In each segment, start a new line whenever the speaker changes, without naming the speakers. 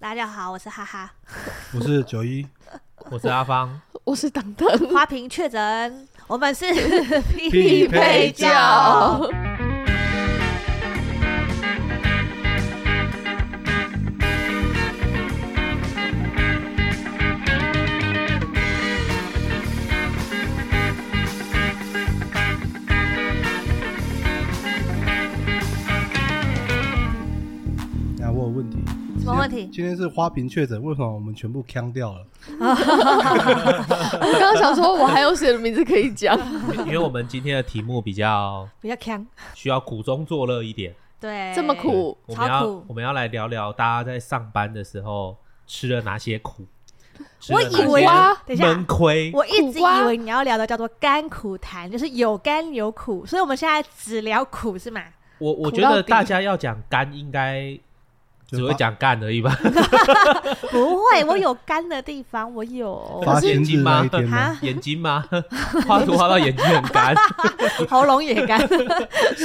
大家好，我是哈哈。
我是九一，
我是阿芳，
我是等等，
花瓶确诊，我们是
匹配
教
啊
那啊我有问题，
什么问题？
今天是花瓶确诊，为什么我们全部腔掉了？
我刚刚想说，我还有谁的名字可以讲？
因为我们今天的题目比较
比较强，
需要苦中作乐一点，
对，
这么苦
我们要
超苦
我们要来聊聊大家在上班的时候吃了哪些苦，吃
我
了
以
哪
为啊
些
哇
等一下
闷。亏，
我一直
苦瓜
以为你要聊的叫做甘苦谈，就是有甘有苦，所以我们现在只聊苦是吗？
我我
苦
觉
到
得
底
大家要讲干，应该只会
发
讲干而已吧？
不会，我有甘的地方，我有
发
可是
薪
眼
日那
睛吗
一天吗？
哈，
眼睛吗？画图画到眼睛很 干，
喉咙也 干，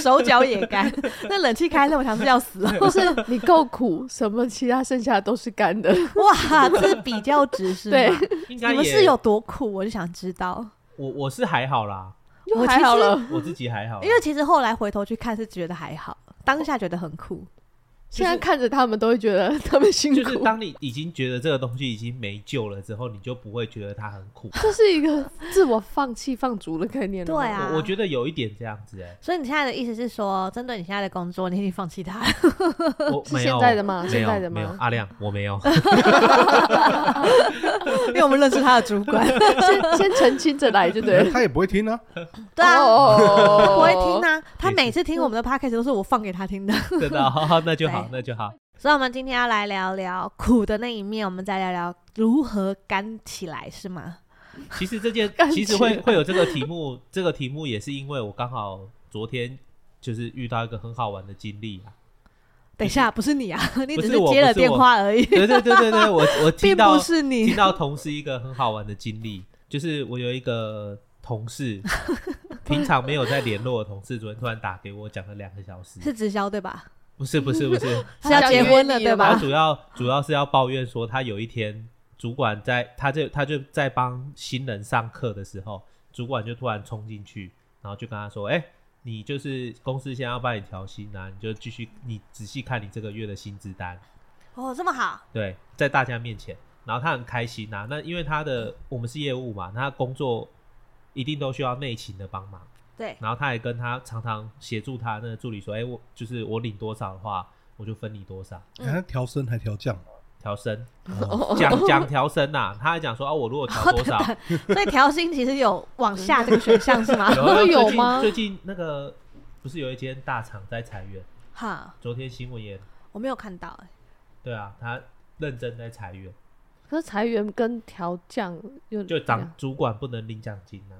手脚也干。那冷气开那我想是要死哦了。
不是你够苦，什么其他剩下的都是干的。
哇，这是比较值是吗？
对，
应该
你们
也
是有多苦，我就想知道。
我我是还好啦，
就
我
还
其
好
实
了，
我自己还好啦，
因为其实后来回头去看是觉得还好，当下觉得很苦。
现在看着他们都会觉得他们辛
就是
苦。
当你已经觉得这个东西已经没救了之后，你就不会觉得它很苦。
这是一个自我放弃放逐的概念了吗。哦
对啊
我我觉得有一点这样子 哎、
所以你现在的意思是说，针对你现在的工作，你已经放弃它了？
我
是
没有
现在的吗
没有
现在的吗
没有，阿亮，我没 有。
因为我们认识他的主管，
先 先澄清着来，就对了。
他也不会听啊，
对啊，
哦
不会听。啊。他
也
每次听我们的 podcast 都是我放给他听的。
真的哦，那就好
对，
那就好。
所以，我们今天要来聊聊苦的那一面，我们再聊聊如何干起来，是吗？
其实这件
感，觉
其实会会有这个题目， 这个题目也是因为我刚好昨天就是遇到一个很好玩的经历 啊。
等一下，不是你啊，你
不
只
是我
接了
不是
电
我
话而已，
对对对对对，我 我听
并
到
不是
听
你。
到同事一个很好玩的经历，就是我有一个同 事，平常没有在联络的同事，昨天突然打给我，讲了两个小时。
是直销对吧？
不是不是 不是，
是要
想
结
约
婚了
你
对
了
他
吧
吧？
主要主要是要抱怨说，他有一天主管在他就他就在帮新人上课的时候，主管就突然冲进去，然后就跟他说：“哎、你就是公司现在要帮你调薪啊，你就继续你仔细看你这个月的薪资单。”
哦，这么好，
对，在大家面前，然后他很开心啊。那因为他的我们是业务嘛，他工作一定都需要内勤的帮忙。
对，
然后他也跟他常常协助他那个助理说：“哎、我就是我领多少的话，我就分你多少。”
嗯
哎他调升还调降，
调升，
哦
讲讲调升呐、他还讲说哦，我如果调多少，
所以调薪其实有往下这个选项是吗？
然后
会有
最近
吗
最近那个不是有一间大厂在裁员，
哈，
昨天新闻也
我没有看到、欸，
对啊，他认真在裁员，
可是裁员跟调降又
就
怎
长
样
主管不能领奖金啊，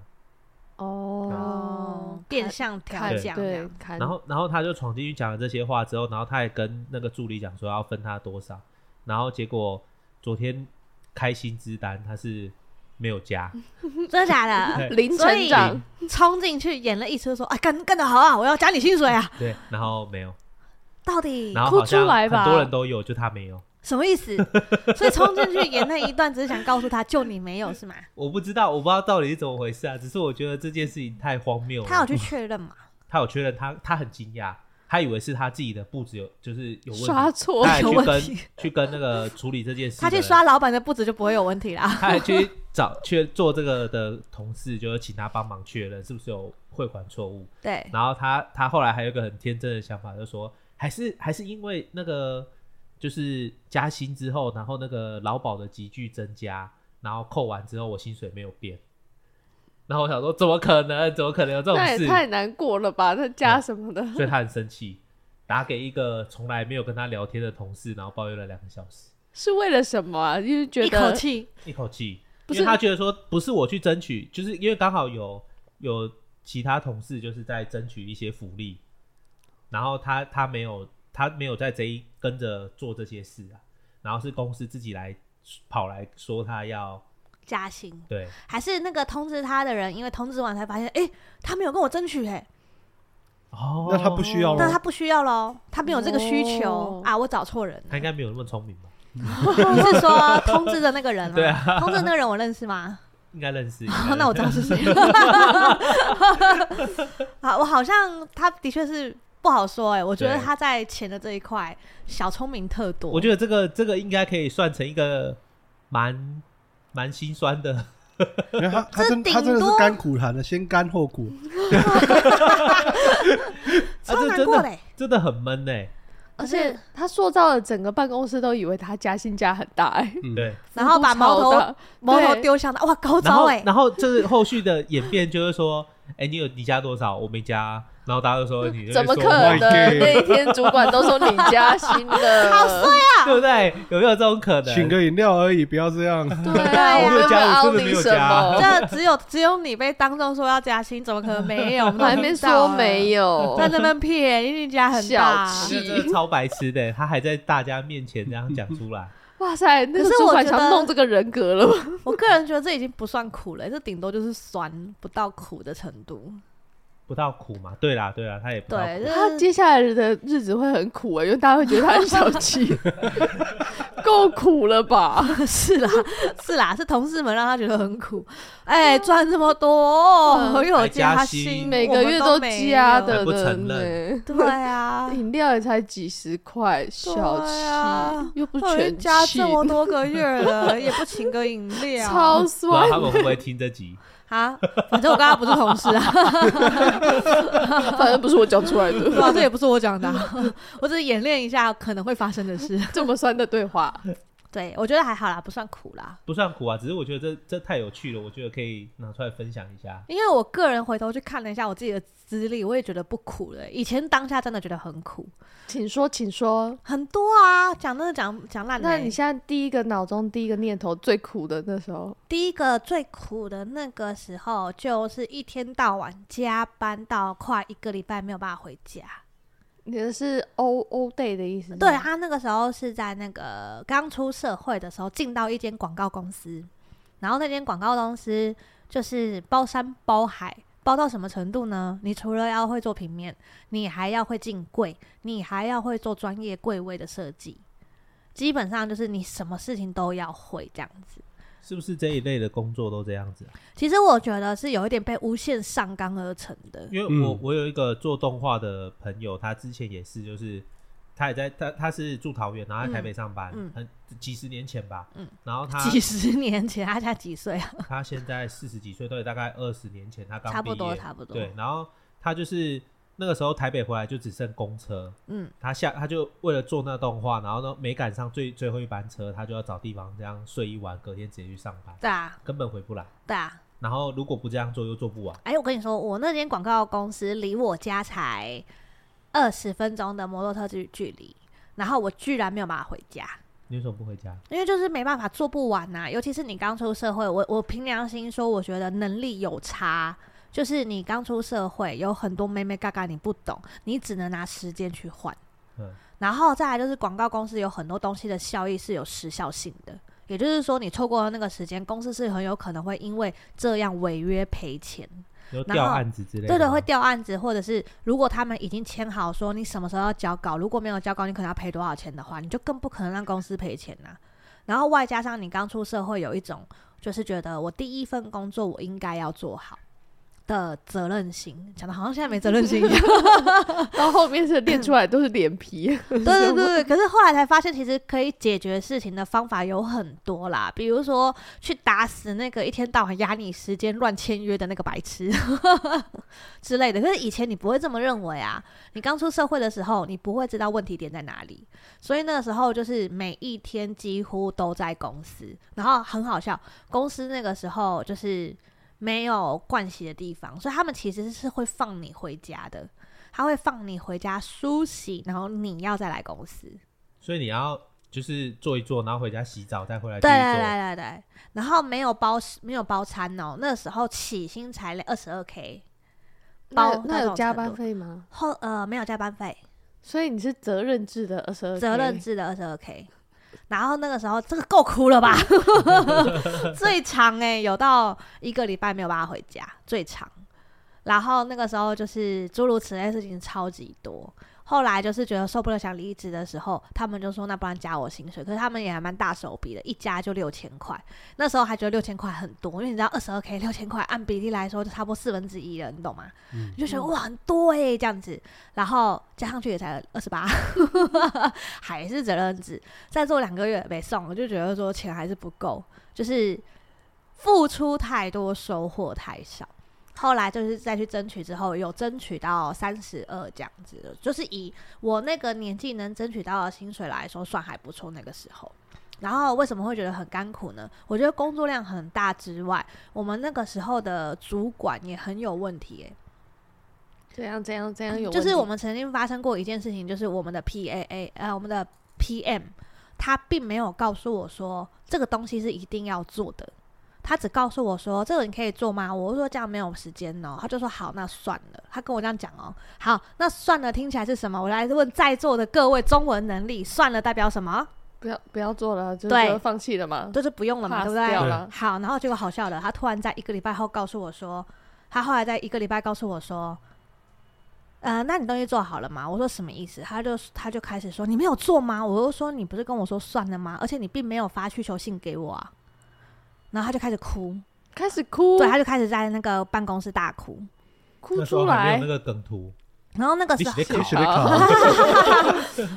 哦，
变相调
砍
降这
对
样，，
砍
然后然后他就闯进去讲了这些话之后，然后他也跟那个助理讲说要分他多少，然后结果昨天开薪资单他是没有加，
真的假的？
对
零成
零
长，
冲进去演了一出说啊，干干得好啊，我要加你薪水啊！
对，然后没有，
到底
然后好
哭出
像
来
很
吧
多人都有，就他没有。
什么意 思？所以冲进去演那一段，只是想告诉他，就你没有 是吗？
我不知道，我不知道到底是怎么回事啊。只是我觉得这件事情太荒谬了。
他有去确认 嘛？
他有确认他，他很惊讶，他以为是他自己的布置有就是有问
刷
题，
错
他，还
有
去
问
跟
题
去跟那个处理这件事。
他去刷，老板的布置就不会有问 题啦。
他还去找去做这个的同事，就是请他帮忙确认是不是有汇款错误。
对，
然后他他后来还有一个很天真的想法，就说还是还是因为那个就是加薪之后，然后那个劳保的集聚增加，然后扣完之后我薪水没有变。然后我想说，怎么可能？怎么可能有这种
那
事
也？太难过了吧？那
啊
加什么的？
所以他很生气，打给一个从来没有跟他聊天的同事，然后抱怨了两个小时，
是为了什么啊？就是觉
一口
得
气
一口气，
不
因
是
为他觉得说不是我去争取，就是因为刚好有有其他同事就是在争取一些福利，然后他他没有他没有在这一跟着做这些事啊，然后是公司自己来跑来说他要
加薪，
对
还是那个通知他的人，因为通知完才发现，哎、他没有跟我争取、欸，哎，
哦
那他不需要
那
了
他不需要喽，他没有这个需求、
哦
啊，我找错人了
他应该没有那么聪明吧？
你是说通知的那个人吗？
对
啊，通知的那个人我认识吗？
应该认识。应该
哦
认
那我
识
知道是谁。 好，我好像他的确是不好说哎、我觉得
对
他在钱的这一块小聪明特多。
我觉得这个这个应该可以算成一个蛮蛮心酸的，
因为他他
这
真他
顶
真的是
多
甘苦谈的，先甘后苦。
啊，
超
这
难
真
过
的
嘞、
真的很闷欸呢、
而且他塑造了整个办公室都以为他加薪加很大、哎，
嗯，
对，
然后把矛
幅度超
头
大
矛头
对
丢向他，哇，高
然
招
后
哎、
然后这是后续的演变就是说，哎、你有你加多少？我没加啊，然后大家就说你
怎么可
Oh my？
能
God
那一天主管都说你加 薪了，好帅啊！
对不对？有没有这种可能？
请个饮料而已，不要这样。
对
啊
啊，
我
我
没
没
有
有
加我
凹
真的没
你
有
什
加
么，
这只有只有你被当众说要加薪，怎么可能没有？我们
我
都
还没
知道
说
了
没，有，
在那边骗，因为加很大。
小
我
气
觉得真的超白痴的，他还在大家面前这样讲出来，
哇塞，那
可
个
是
主
我
管
觉
想
得
弄这个人格了吧？
我个人觉得这已经不算苦了，这顶多就是酸，不到苦的程度。
不到苦嘛？对啦，对啦，他也不到苦
对，
他
这
接下来的日子会很苦哎、因为大家会觉得他很小 气，够苦了吧？
是啦，是啦，是同事们让他觉得很苦。哎、赚这么多，
嗯
又有
还加
加
薪
薪，
每
我
个
们
月
都没
加
有
的
还不承
呢、
对啊，
饮料也才几十块，小
对
气、
啊
又不
我已经
全
加
气
这，么多个月 了，也不请个饮料。
超
不知道
酸
他。们会不会听这集？
啊，反正我跟他不是同事 啊，
反正不是我讲出来
对
的，
啊，这也不是我讲的啊、 我只是演练一下可能会发生的事。
这么酸的对话，
对，我觉得还好啦，不算苦啦。
不算苦啊，只是我觉得这这太有趣了，我觉得可以拿出来分享一下。
因为我个人回头去看了一下我自己的资历，我也觉得不苦了。以前当下真的觉得很苦，
请说，请说。
很多啊，讲真的讲讲烂了欸。
那你现在第一个脑中第一个念头最苦的那时候，
第一个最苦的那个时候，就是一天到晚加班到快一个礼拜没有办法回家。
你的是 O O day 的意思？
对，，他那个时候是在那个刚出社会的时候，进到一间广告公司，然后那间广告公司就是包山包海，包到什么程度呢？你除了要会做平面，你还要会进柜，你还要会做专业柜位的设计，基本上就是你什么事情都要会这样子。
是不是这一类的工作都这样子啊、
其实我觉得是有一点被无限上纲而成的，
因为我、
嗯
我有一个做动画的朋友，他之前也是，就是他也在他他是住桃园，然后在台北上班，
嗯
很几十年前吧，
嗯
然后他
几十年前，他才几岁啊？
他现在四十几岁，对，大概二十年前他刚
差不
毕
多，
业
差不多。
对，然后他就是那个时候台北回来就只剩公车，
嗯，
他下他就为了做那动画，然后呢没赶上最最后一班车，他就要找地方这样睡一晚，隔天直接去上班，
对啊，
根本回不来。
对啊。
然后如果不这样做又做不完，
哎，我跟你说，我那间广告公司离我家才二十分钟的摩托车距距离，然后我居然没有办法回家，
你为什么不回家？
因为就是没办法做不完呐、啊尤其是你刚出社会，我我凭良心说，我觉得能力有差。就是你刚出社会，有很多妹妹嘎嘎你不懂，你只能拿时间去换。
嗯，
然后再来就是广告公司有很多东西的效益是有时效性的，也就是说你错过了那个时间，公司是很有可能会因为这样违约赔钱。
有
然
掉
后
案子之类的吗，
对的，啊会掉案子，或者是如果他们已经签好说你什么时候要交稿，如果没有交稿，你可能要赔多少钱的话，你就更不可能让公司赔钱呐、然后外加上你刚出社会，有一种就是觉得我第一份工作我应该要做好的责任心，讲的好像现在没责任心一样。
到后面是练出来都是脸皮，
对对对对，可是后来才发现，其实可以解决事情的方法有很多啦，比如说去打死那个一天到晚压你时间、乱签约的那个白痴 之类的。可是以前你不会这么认为啊，你刚出社会的时候，你不会知道问题点在哪里，所以那个时候就是每一天几乎都在公司，然后很好笑，公司那个时候就是。没有盥洗的地方，所以他们其实是会放你回家的。他会放你回家梳洗，然后你要再来公司。
所以你要就是做一做，然后回家洗澡，再回来
对
继
对
续
对
做。
对对，然后没有包没有包餐哦，那时候起薪才二十二 k，
那
包
那有加班
费？
费吗？
后呃没有加班费，
所以你是责任制的二十二，
责任制的二十二 k。然后那个时候，这个够哭了吧？ 最长哎、有到一个礼拜没有办法回家，最长。然后那个时候就是诸如此类的事情超级多，后来就是觉得受不了想离职的时候，他们就说那不然加我薪水，可是他们也还蛮大手笔的，一加就六千块。那时候还觉得六千块很多，因为你知道二十二 k 六千块按比例来说就差不多四分之一了，你懂吗？
嗯
你就觉得哇很多哎、这样子，然后加上去也才二十八， 还是责任制。再做两个月没送，我就觉得说钱还是不够，就是付出太多，收获太少。后来就是再去争取之后，有争取到三十二这样子，就是以我那个年纪能争取到的薪水来说，算还不错那个时候。然后为什么会觉得很甘苦呢？我觉得工作量很大之外，我们那个时候的主管也很有问题、欸，
怎样怎样怎样有问
就
题，
是我们曾经发生过一件事情，就是我们的 PAA 呃，我们的 PM 他并没有告诉我说这个东西是一定要做的，他只告诉我说这个你可以做吗？我说这样没有时间哦，他就说好，那算了。他跟我这样讲哦，好，那算了听起来是什么？我来问在座的各位中文能力，算了代表什么？
不要不要做了，就是
对
说放弃了嘛，
就是不用了嘛，
pass
对不对
掉？了，
好，然后结果好笑的，他突然在一个礼拜后告诉我说，他后来在一个礼拜告诉我说，呃，那你东西做好了吗？我说什么意思？他就他就开始说你没有做吗？我就说你不是跟我说算了吗？而且你并没有发需求信给我啊。然后他就开始哭，
开始哭，
对，他就开始在那个办公室大哭。
哭
那时
出
候还没
来
有那，个梗图，
然后那个
你
时候
写，考
你写的
好
考，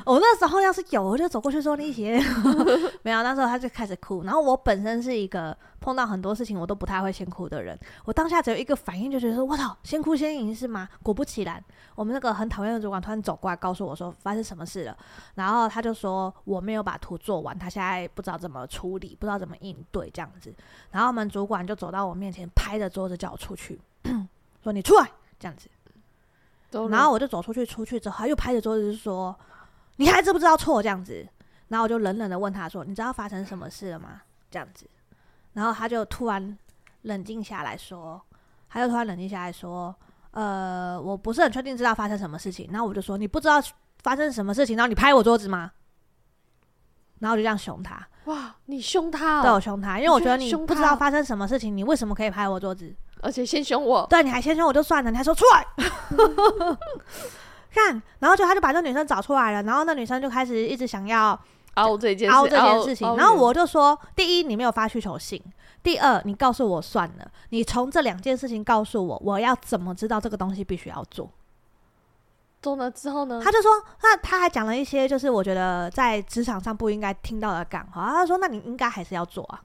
我那时候要是有，我就走过去说你写， 没有。那时候他就开始哭，然后我本身是一个碰到很多事情我都不太会先哭的人，我当下只有一个反应，就觉得说我操，先哭先赢是吗？果不其然，我们那个很讨厌的主管突然走过来告诉我说发生什么事了，然后他就说我没有把图做完，他现在不知道怎么处理，不知道怎么应对这样子。然后我们主管就走到我面前，拍着桌子叫我出去， 说你出来这样子。
都
然后我就走出去，出去之后他又拍着桌子就说：“你还知不知道错？”这样子，然后我就冷冷的问他说：“你知道发生什么事了吗？”这样子，然后他就突然冷静下来说，他就突然冷静下来说：“呃，我不是很确定知道发生什么事情。”然后我就说：“你不知道发生什么事情，然后你拍我桌子吗？”然后我就这样凶他，
哇，你凶他
对
哦，
我凶他，因为我觉
你居
得
然
你
凶
不知
他
道发生什么事情，你为什么可以拍我桌子？
而且先凶我，
对，你还先生我就算了，你还说出来， 看，然后就他就把这女生找出来了，然后那女生就开始一直想要
凹这件事，
凹这件事情，
凹
然后我就说，第一你没有发需求信，第二你告诉我算了，你从这两件事情告诉我，我要怎么知道这个东西必须要做？
做了之后呢，
他就说，那他还讲了一些就是我觉得在职场上不应该听到的干话，他说那你应该还是要做啊，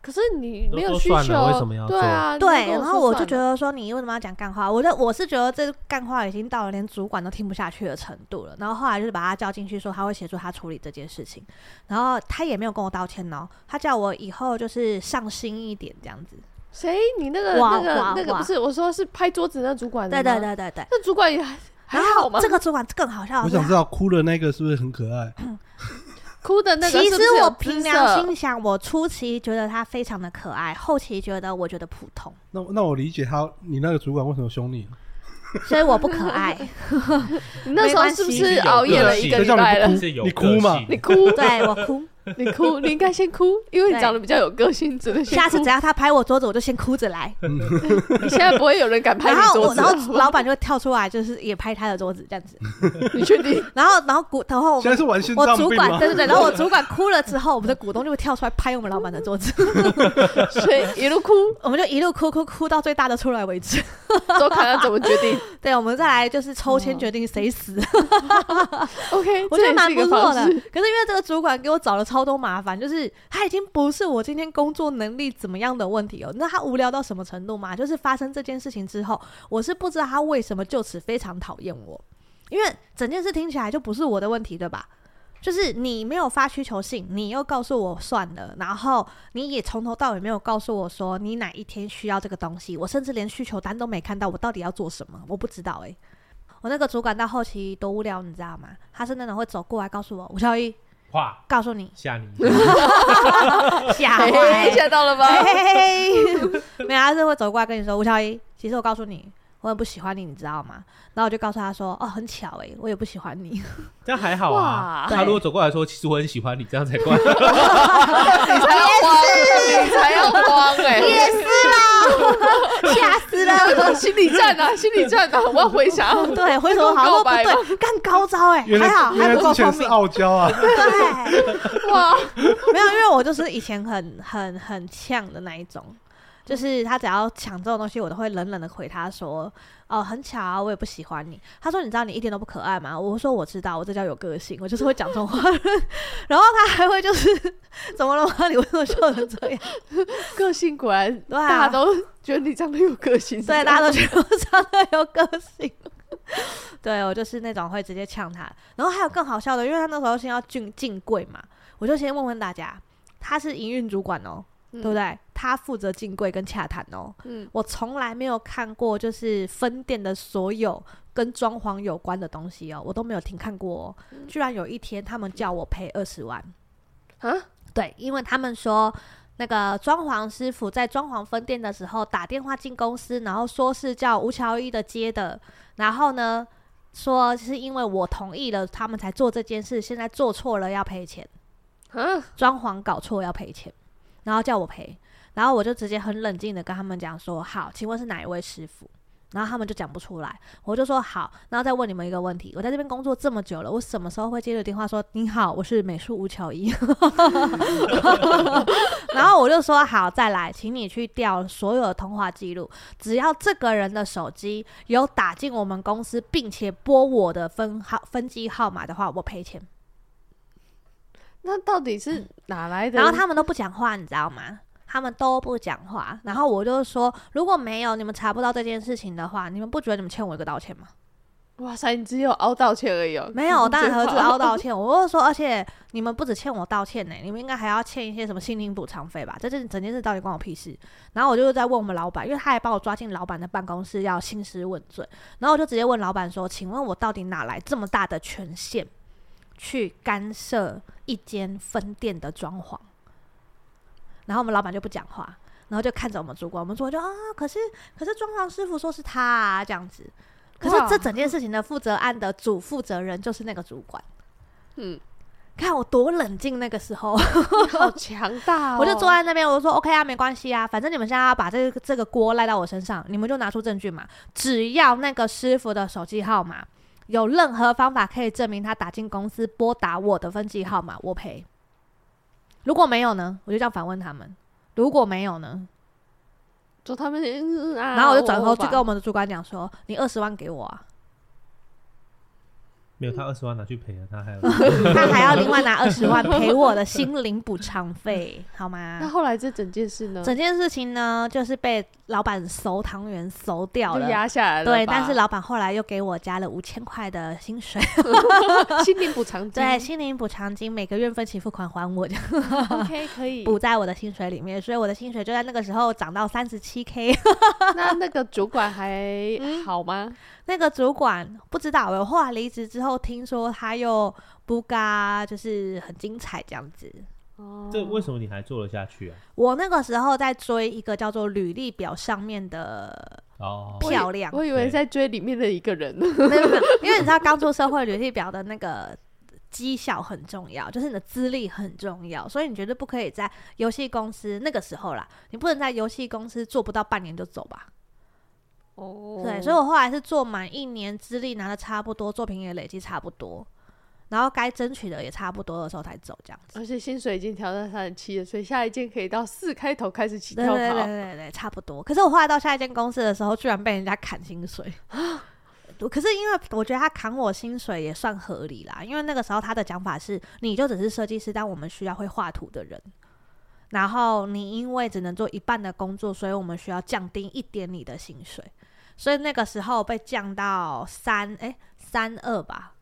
可是你没有
都说
需
算
求，
了为什么要
对啊，
对，
你跟
然后我就
说算了
觉得说你为什么要讲干话？我就我是觉得这干话已经到了连主管都听不下去的程度了。然后后来就是把他叫进去，说他会协助他处理这件事情。然后他也没有跟我道歉哦，他叫我以后就是上心一点这样子。
谁，你那个
哇
那个
哇
那个
哇
不是，我说是拍桌子那主管的，
对对，对对对。
那主管也还啊 还
然
好
后
吗？
这个主管更好笑
我
的是
想，知道哭的那个是不是很可爱？
哭的那个
其
是
实
不是有
我
姿
凭
色
良心想，我初期觉得他非常的可爱，后期觉得我觉得普通，
那那我理解他，你那个主管为什么凶你？
所以我不可 爱。
你那时候是不是熬夜了一个
谁
礼
叫
拜了
你？
啊是有
不哭？你哭
个
嘛
性？
你哭，
对我哭，
你哭，你应该先哭，因为你
对
长得比较有个性，只能先
下次
哭
只要他拍我桌子，我就先哭着来。
你现在不会有人敢拍
然
你
后
桌
我，
子啊
然
了，
后老板就会跳出来，就是也拍他的桌子这样子。
你 确定？
然后，然后股，然后我
现在
们
是玩心
我
脏
主
病
管，
吗
对？对对，然后我主管哭了之后，我们的股东就会跳出来拍我们老板的桌子，
所以一路哭，
我们就一路哭哭哭到最大的出来为止。
周看要怎么决定
对，我们再来就是抽签
哦
决定谁死，
？OK，
我觉得
这也是
蛮
一
不
个
错
方
的。可是
式。
因为这个主管给我找了超多麻烦，就是他已经不是我今天工作能力怎么样的问题哦，那他无聊到什么程度嘛？就是发生这件事情之后，我是不知道他为什么就此非常讨厌我，因为整件事听起来就不是我的问题，对吧？就是你没有发需求信，你又告诉我算了，然后你也从头到尾没有告诉我说你哪一天需要这个东西，我甚至连需求单都没看到，我到底要做什么，我不知道诶、欸我那个主管到后期多无聊，你知道吗？他是那种会走过来告诉我吴孝一，
画
告诉 你
吓你一跳，
吓
嘿
坏哎
嘿，吓哎到了吧？
嘿嘿嘿嘿 没有，他是会走过来跟你说，吴小一，其实我告诉你，我很不喜欢你，你知道吗？然后我就告诉他说，哦，很巧诶、我也不喜欢 你，
这样还好啊。
哇
他如果走过来说，其实我很喜欢你，这样才 怪。
你才要慌，你才要慌哎！
是啦，吓死 了。
心理战啊，心理战啊，我要回想。
对，回头好像
告
说
白
不对，干高招哎、
原来
还好
原
还
来
不够
之前
聪
是
明。
傲娇啊，
对，
哇，
没有，因为我就是以前很很很呛的那一种，就是他只要抢这种东西，我都会冷冷的回他说：“哦，很巧啊，我也不喜欢你。”他说：“你知道你一点都不可爱吗？”我说：“我知道，我这叫有个性，我就是会讲这种话。” 然后他还会就是怎么了吗？你为什么笑成这样？
个性果然，
对啊
大家都觉得你长得有个性。
对，大家都觉得我长得有个性。 对我就是那种会直接呛他，然后还有更好笑的，因为他那时候先要进进柜嘛，我就先问问大家，他是营运主管哦，
嗯
对不对？他负责进柜跟洽谈哦，
嗯，
我从来没有看过就是分店的所有跟装潢有关的东西哦，我都没有听看过、哦，居然有一天他们叫我赔二十万，
啊，
对，因为他们说那个装潢师傅在装潢分店的时候打电话进公司，然后说是叫吴乔一的接的，然后呢说是因为我同意了，他们才做这件事，现在做错了要赔钱，
啊，
装潢搞错要赔钱，然后叫我赔，然后我就直接很冷静的跟他们讲说，好，请问是哪一位师傅？然后他们就讲不出来，我就说好，然后再问你们一个问题，我在这边工作这么久了，我什么时候会接到电话说你好，我是美术吴巧一？ 然后我就说好，再来，请你去调所有的通话记录，只要这个人的手机有打进我们公司，并且拨我的分号分机号码的话，我赔钱。
那到底是哪来的？
然后他们都不讲话，你知道吗？他们都不讲话。然后我就说，如果没有你们查不到这件事情的话，你们不觉得你们欠我一个道歉吗？
哇塞，你只有凹道歉而已哦。
没有，当然
还
何止凹道歉，我就说，而且你们不止欠我道歉呢、你们应该还要欠一些什么心灵补偿费吧？这件整件事到底关我屁事？然后我就在问我们老板，因为他还把我抓进老板的办公室要兴师问罪，然后我就直接问老板说，请问我到底哪来这么大的权限去干涉一间分店的装潢？然后我们老板就不讲话，然后就看着我们主管，我们主管就啊，可是可是装潢师傅说是他、啊、这样子，可是
哇
这整件事情的负责案的主负责人就是那个主管。
嗯，
看我多冷静那个时候，
好强大哦！
我就坐在那边，我就说 OK 啊，没关系啊，反正你们现在要把这个这个锅赖到我身上，你们就拿出证据嘛，只要那个师傅的手机号码有任何方法可以证明他打进公司拨打我的分机号码，我赔。如果没有呢，我就这样反问他们。如果没有呢，
说他们，嗯啊
然后我就转头去
吧
跟我们的主管讲说：“你二十万给我啊，
没有他二十万拿去赔了，啊他还有
他还要另外拿二十万赔我的心灵补偿费，好吗
那？”后来这整件事呢，
整件事情呢，就是被老板熟汤圆熟掉
就
了。
压下来了吧。
对，但是老板后来又给我加了五千块的薪 水，
心灵补偿金
对，心灵补偿金每个月分期付款还我，
嗯
就
，OK 可以。
补在我的薪水里面，所以我的薪水就在那个时候涨到三十七 k。
那那个主管还
嗯
好吗？
那个主管不知道，我后来离职之后，听说他又不嘎，就是很精彩这样子。
哦
这为什么你还做得下去 啊？
我那个时候在追一个叫做履历表上面的
哦，
我以
漂亮，
我以为
对
在追里面的一个人呢。
没有没有，因为你知道刚出社会，履历表的那个绩效很重要，就是你的资历很重要，所以你绝对不可以在游戏公司那个时候啦，你不能在游戏公司做不到半年就走吧。
哦
对，所以我后来是做满一年，资历拿的差不多，作品也累积差不多，然后该争取的也差不多的时候才走，这样子。
而且薪水已经调到三十七了，所以下一件可以到四开头开始起
对
跳
对对
跑。
对对，差不多。可是我后来到下一间公司的时候，居然被人家砍薪 水。我可是因为我觉得他砍我薪水也算合理啦，因为那个时候他的讲法是，你就只是设计师，但我们需要会画图的人。然后你因为只能做一半的工作，所以我们需要降低一点你的薪水。所以那个时候被降到三哎三二吧，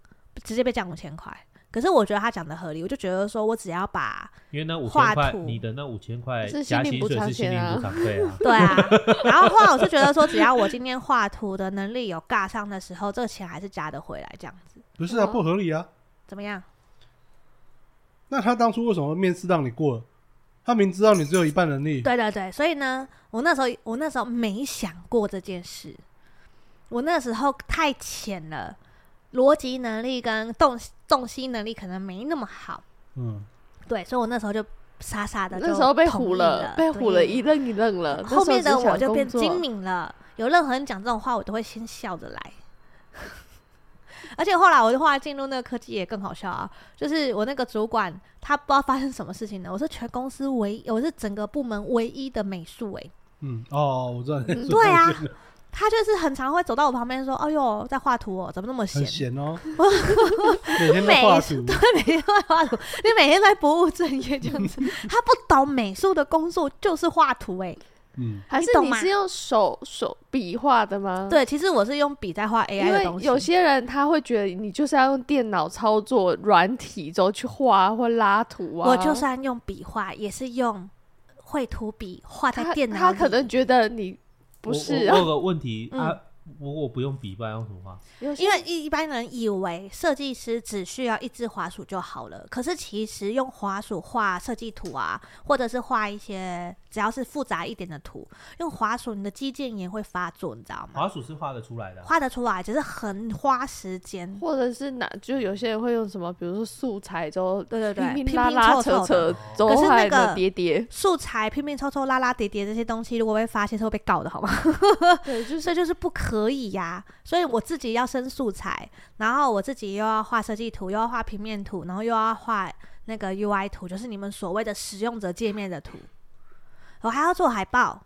直接被降五千块。可是我觉得他讲的合理，我就觉得说我只要把
因为那五
画
千块，
图。
你的那五千块
是
加
心
薪
灵补
水
偿
是心
钱啊
灵补偿费啊
对啊，然后后来我是觉得说，只要我今天画图的能力有尬上的时候，这个钱还是加得回来，这样子
不是啊，
嗯
不合理啊。
怎么样？
那他当初为什么面试让你过了？他明知道你只有一半能力，
对对对，所以呢，我那时候我那时候没想过这件事，我那时候太浅了，逻辑能力跟洞洞悉能力可能没那么好，
嗯，
对，所以我那时候就傻傻的，
那时候被
唬
唬了，被唬了，一愣一愣了。
后面的我就变
精
精明了，有任何人讲这种话，我都会先笑着来。 而且后来我的话进入那个科技也更好笑啊，就是我那个主管他不知道发生什么事情了，我是全公司唯一，我是整个部门唯一的美术 诶、
嗯，哦，我知道，
嗯
对啊，他就是很常会走到我旁边说：“哎呦，在画图哦，怎么那么闲
很？”闲哦，每天 都
美
画
术
图，
对，每天都在画图，你每天在不务正业这样子。他不懂美术的工作就是画图哎、
嗯，
还是
你懂
你
吗
是用手手笔画的吗？，
对，其实我是用笔在画 AI
嗯因
的
为
东西，
有些人他会觉得你就是要用电脑操作软体之后去画或拉图啊。
我就算用笔画，也是用绘图笔画啊在
他
电脑
他
里
可能觉得你 不是
我我
啊，
有个问题
嗯
啊，如果不用笔，不然用什么画？
有些
因为一一般人以为设计师只需要一只滑鼠就好了，可是其实用滑鼠画设计图啊，或者是画一些只要是复杂一点的图，用滑鼠你的肌腱炎会发作，你知道吗？
滑鼠是画得出来的啊，
画得出来，只是很花时间。
或者是哪，就有些人会用什么，比如说素材之后
对对对，
拼
拼
拉拉
凑
扯
凑的
扯
的，
之
可
后
是
还有
那个
叠叠，
素材拼拼凑凑、拉拉叠叠这些东西，如果被发现是会被告的，好吗？
对，就是
所以就是不可以呀、所以我自己要生素材，然后我自己又要画设计图，又要画平面图，然后又要画那个 UI 图，就是你们所谓的使用者界面的图。我还要做海报，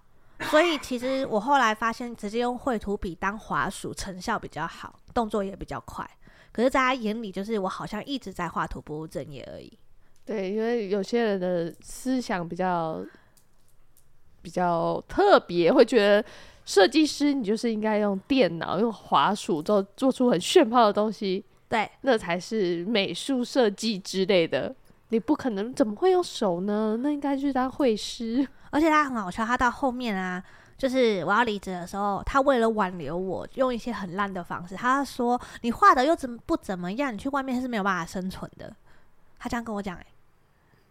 所以其实我后来发现，直接用绘图笔当滑鼠成效比较好，动作也比较快。可是，在他眼里，就是我好像一直在画图，不务正业而已。
对，因为有些人的思想比较比较特别，会觉得设计师你就是应该用电脑、用滑鼠做做出很炫炮的东西，
对，
那才是美术设计之类的。你不可能怎么会用手呢？那应该去当绘师。
而且他很好笑，他到后面啊，就是我要离职的时候，他为了挽留我，用一些很烂的方式，他说：“你画的又怎么不怎么样，你去外面是没有办法生存的。”他这样跟我讲、欸，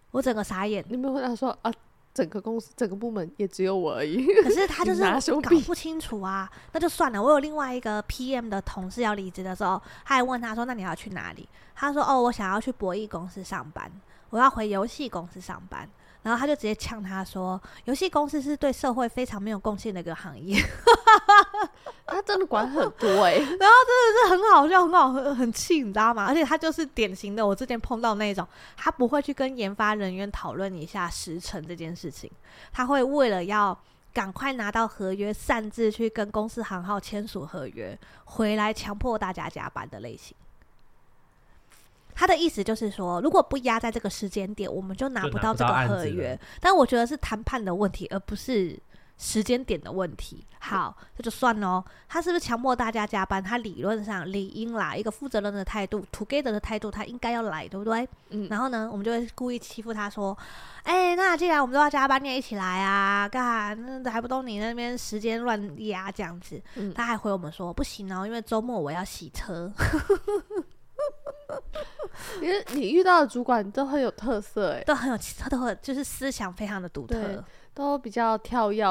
我整个傻 眼。
你们会想说啊，整个公司、整个部门也只有我而已。
可是他就是
你拿什么
搞
比
不清楚啊，那就算了。我有另外一个 PM 的同事要离职的时候，他还问他说：“那你要去哪里？”他说：“哦，我想要去博弈公司上班，我要回游戏公司上班。”然后他就直接呛他说：“游戏公司是对社会非常没有贡献的一个行业。”
他真的管很多哎、
是很好笑，很好，很很气，你知道吗？而且他就是典型的我之前碰到那种，他不会去跟研发人员讨论一下时程这件事情，他会为了要赶快拿到合约，擅自去跟公司行号签署合约，回来强迫大家加班的类型。他的意思就是说，如果不压在这个时间点，我们就拿
就
不
拿
到
不
这
到
个
案
合
子了
约。但我觉得是谈判的问题，而不是时间点的问题。好，这就算喽。他是不是强迫大家加班？他理论上理应啦，一个负责任的态度，together 的态度，他应该要来，对不对？
嗯，
然后呢，我们就会故意欺负他说：“哎、那既然我们都要加班，你也一起来啊，干那还不都你那边时间乱压这样子？”
嗯
他还回我们说：“不行哦，因为周末我要洗车。
因为你遇到的主管都很有特色哎、”
都很有，他都很就是思想非常的独特，
都比较跳跃。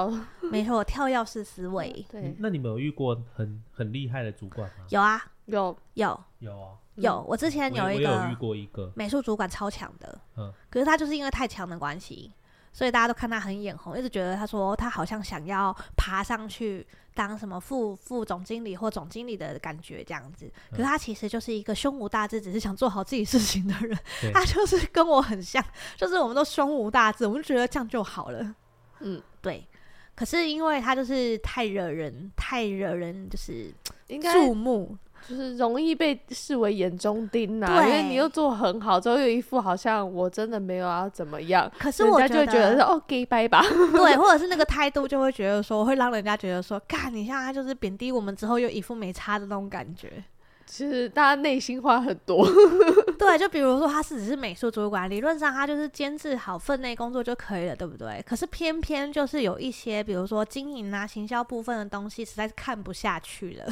没错，跳跃式思维
对，
嗯那你们有遇过很很厉害的主管
嗯
吗？
有啊，
有
有
有啊，
嗯
有。我之前
我我
一
有遇
个
过一个，
美术主管超强的，
嗯
可是他就是因为太强的关系，所以大家都看他很眼红，一直觉得他说他好像想要爬上去当什么副副总经理或总经理的感觉这样子。
嗯
可是他其实就是一个胸无大志，只是想做好自己事情的人
对。
他就是跟我很像，就是我们都胸无大志，我们就觉得这样就好了。
嗯，
对。可是因为他就是太惹人，太惹人就是
应该
注目，
就是容易被视为眼中钉呐、
对
因为你又做很好，之后又一副好像我真的没有要怎么样，
可是
人
我
家就会觉得说哦 gay 拜吧，
对，或者是那个态度就会觉得说，会让人家觉得说，干你像他就是贬低我们之后又一副没差的那种感觉。
其实大家内心话很多，
对，就比如说他是只是美术主管，理论上他就是监制好分内工作就可以了，对不对？可是偏偏就是有一些，比如说经营啊、行销部分的东西，实在是看不下去了，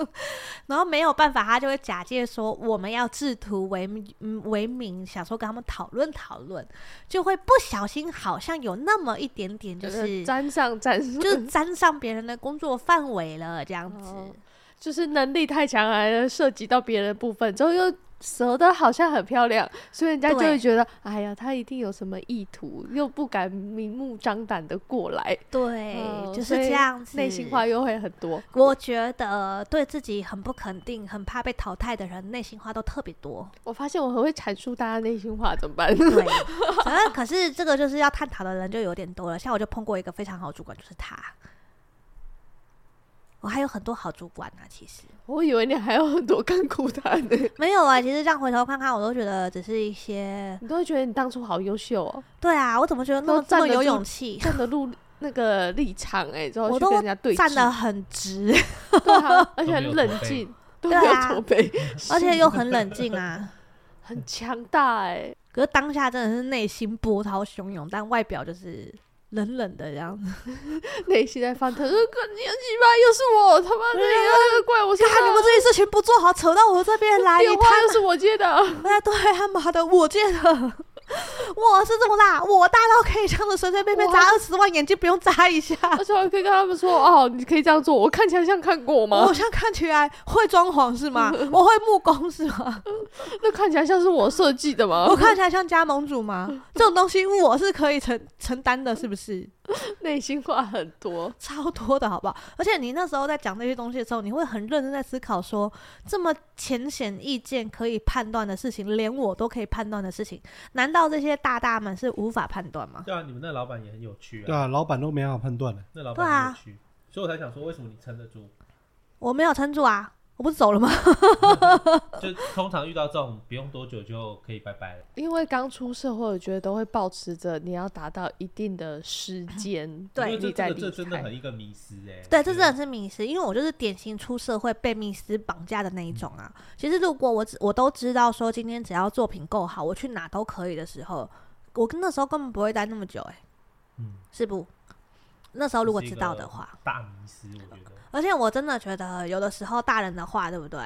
然后没有办法，他就会假借说我们要制图为嗯为名，想说跟他们讨论讨论，就会不小心好像有那么一点点就
觉得
是
沾上沾上，
就是沾上别人的工作范围了，这样子。
嗯哦就是能力太强，还涉及到别人的部分，之后又折的好像很漂亮，所以人家就
对
会觉得，哎呀，他一定有什么意图，又不敢明目张胆的过来，
对，
嗯
就是
所以
这样子。
内心话又会很多。
我觉得对自己很不肯定、很怕被淘汰的人，内心话都特别多。
我发现我很会阐述大家内心话，怎么办？
对，反正可是这个就是要探讨的人就有点多了。像我就碰过一个非常好主管，就是他。我还有很多好主管呢、其实
我以为你还有很多干苦谈呢，
没有啊。其实这样回头看看，我都觉得只是一些
你都会觉得你当初好优秀哦，
对啊，我怎么觉得那么
都
这
站
么
得
有
住
勇气，
站得住那个立场哎、之后
我
去
都
跟人家对
站得
峙，
很 直，
对啊，而
都
且很
没有
冷
驼背
静，都
对
没有
啊
驼背，
而且又很冷静啊。
很强大哎、
可是当下真的是内心波涛汹涌，但外表就是冷冷的这样子。
内心在翻腾，说：“呃哥，你很鸡巴，又是我，他妈的，又怪我身
看
上，
你们这些事情不做好，扯到我这边来，
电
你
话
他
又是我接的，啊
哎，对他妈的，我见了，我是这么大，我大到可以这样子随随便便砸二十万，眼睛不用眨一下。
而且我还可以跟他们说，哦，你可以这样做，我看起来像看过
我
吗
好？像看起来会装潢是吗？我会木工是吗？
那看起来像是我设计的吗？
我看起来像加盟主吗？这种东西我是可以承承担的，是不是？
内心话很多，
超多的好不好？而且你那时候在讲那些东西的时候，你会很认真在思考说，这么浅显易见可以判断的事情，连我都可以判断的事情，难道这些大大们是无法判断吗？
对啊，你们那老板也很有趣
对
啊，
啊，老板都没办法判断的。
那老
对啊
板很有趣，所以我才想说，为什么你撑得住？
我没有撑住啊，我不是走了
嗯
吗？
就通常遇到这种，不用多久就可以拜拜了。
因为刚出社会，我觉得都会保持着你要达到一定的时间，
对
因为
你
这
再
这个
离
这真的
开。
很一个迷失哎、
对，
我
这真
觉得
的是迷失，因为我就是典型出社会被迷失绑架的那一种
嗯
啊。其实如果我只我都知道说今天只要作品够好，我去哪都可以的时候，我跟那时候根本不会待那么久、欸，
嗯
是不？那时候如果
是一
知道
个
的话，
大迷失，我觉得
而且我真的觉得有的时候大人的话，对不对？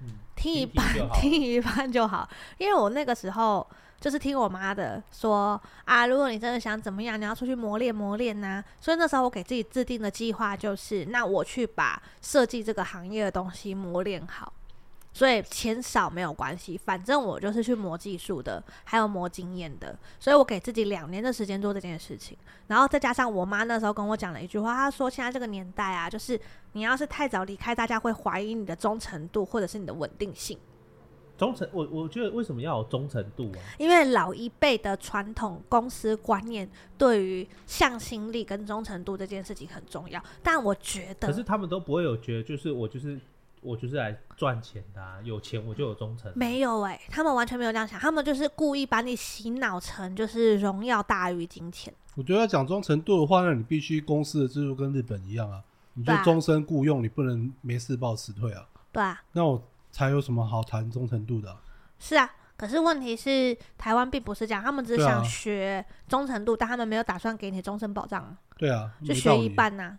嗯，
听一
听
半
听就，好
听一半就好。因为我那个时候就是听我妈的说啊，如果你真的想怎么样，你要出去磨练磨练呐、所以那时候我给自己制定的计划就是，那我去把设计这个行业的东西磨练好。所以钱少没有关系，反正我就是去磨技术的，还有磨经验的，所以我给自己两年的时间做这件事情，然后再加上我妈那时候跟我讲了一句话，她说现在这个年代啊，就是你要是太早离开，大家会怀疑你的忠诚度或者是你的稳定性，
忠诚，我我觉得为什么要有忠诚度啊？
因为老一辈的传统公司观念对于向心力跟忠诚度这件事情很重要，但我觉
可是
得
他们都不会有觉得，就是我就是我就是来赚钱的、啊，有钱我就有忠诚。啊
没有诶、他们完全没有这样想，他们就是故意把你洗脑成就是荣耀大于金钱。
我觉得要讲忠诚度的话，那你必须公司的制度跟日本一样啊，你就
对啊
终身雇佣，你不能没事报辞退啊。
对啊，
那我才有什么好谈忠诚度的啊、
是啊，可是问题是台湾并不是这样，他们只是
对啊
想学忠诚度，但他们没有打算给你终身保障啊，
对啊，
就
没
学
道
一
理。
半呐、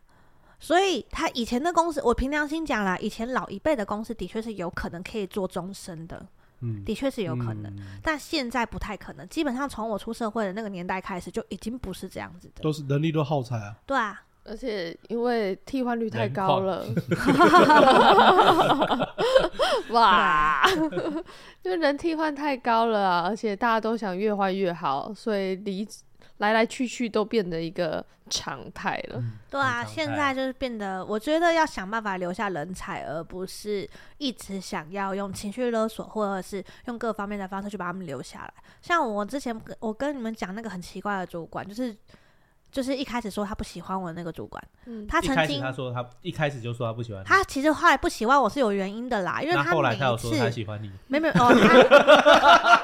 所以他以前的公司，我凭良心讲啦，以前老一辈的公司的确是有可能可以做终身的，
嗯，
的确是有可能。
嗯
但现在不太可能，基本上从我出社会的那个年代开始，就已经不是这样子的。
都是能力都耗材啊。
对啊，
而且因为替换率太
人
高
矿
了， 哇！因为人替换太高了啊，而且大家都想越换越好，所以离来来去去都变得一个常态了。
对啊，
很常
现
态
在就是变得，我觉得要想办法留下人才，而不是一直想要用情绪勒索或者是用各方面的方式去把他们留下来。像我之前跟我跟你们讲那个很奇怪的主管，就是就是一开始说他不喜欢我的那个主管，
嗯，
他
一
曾
开始
经
他说他一开始就说他不喜欢你，
他其实后来不喜欢我是有原因的啦，因为
那后
每
来他有
一
说他
次
喜欢你，
没 没哦他。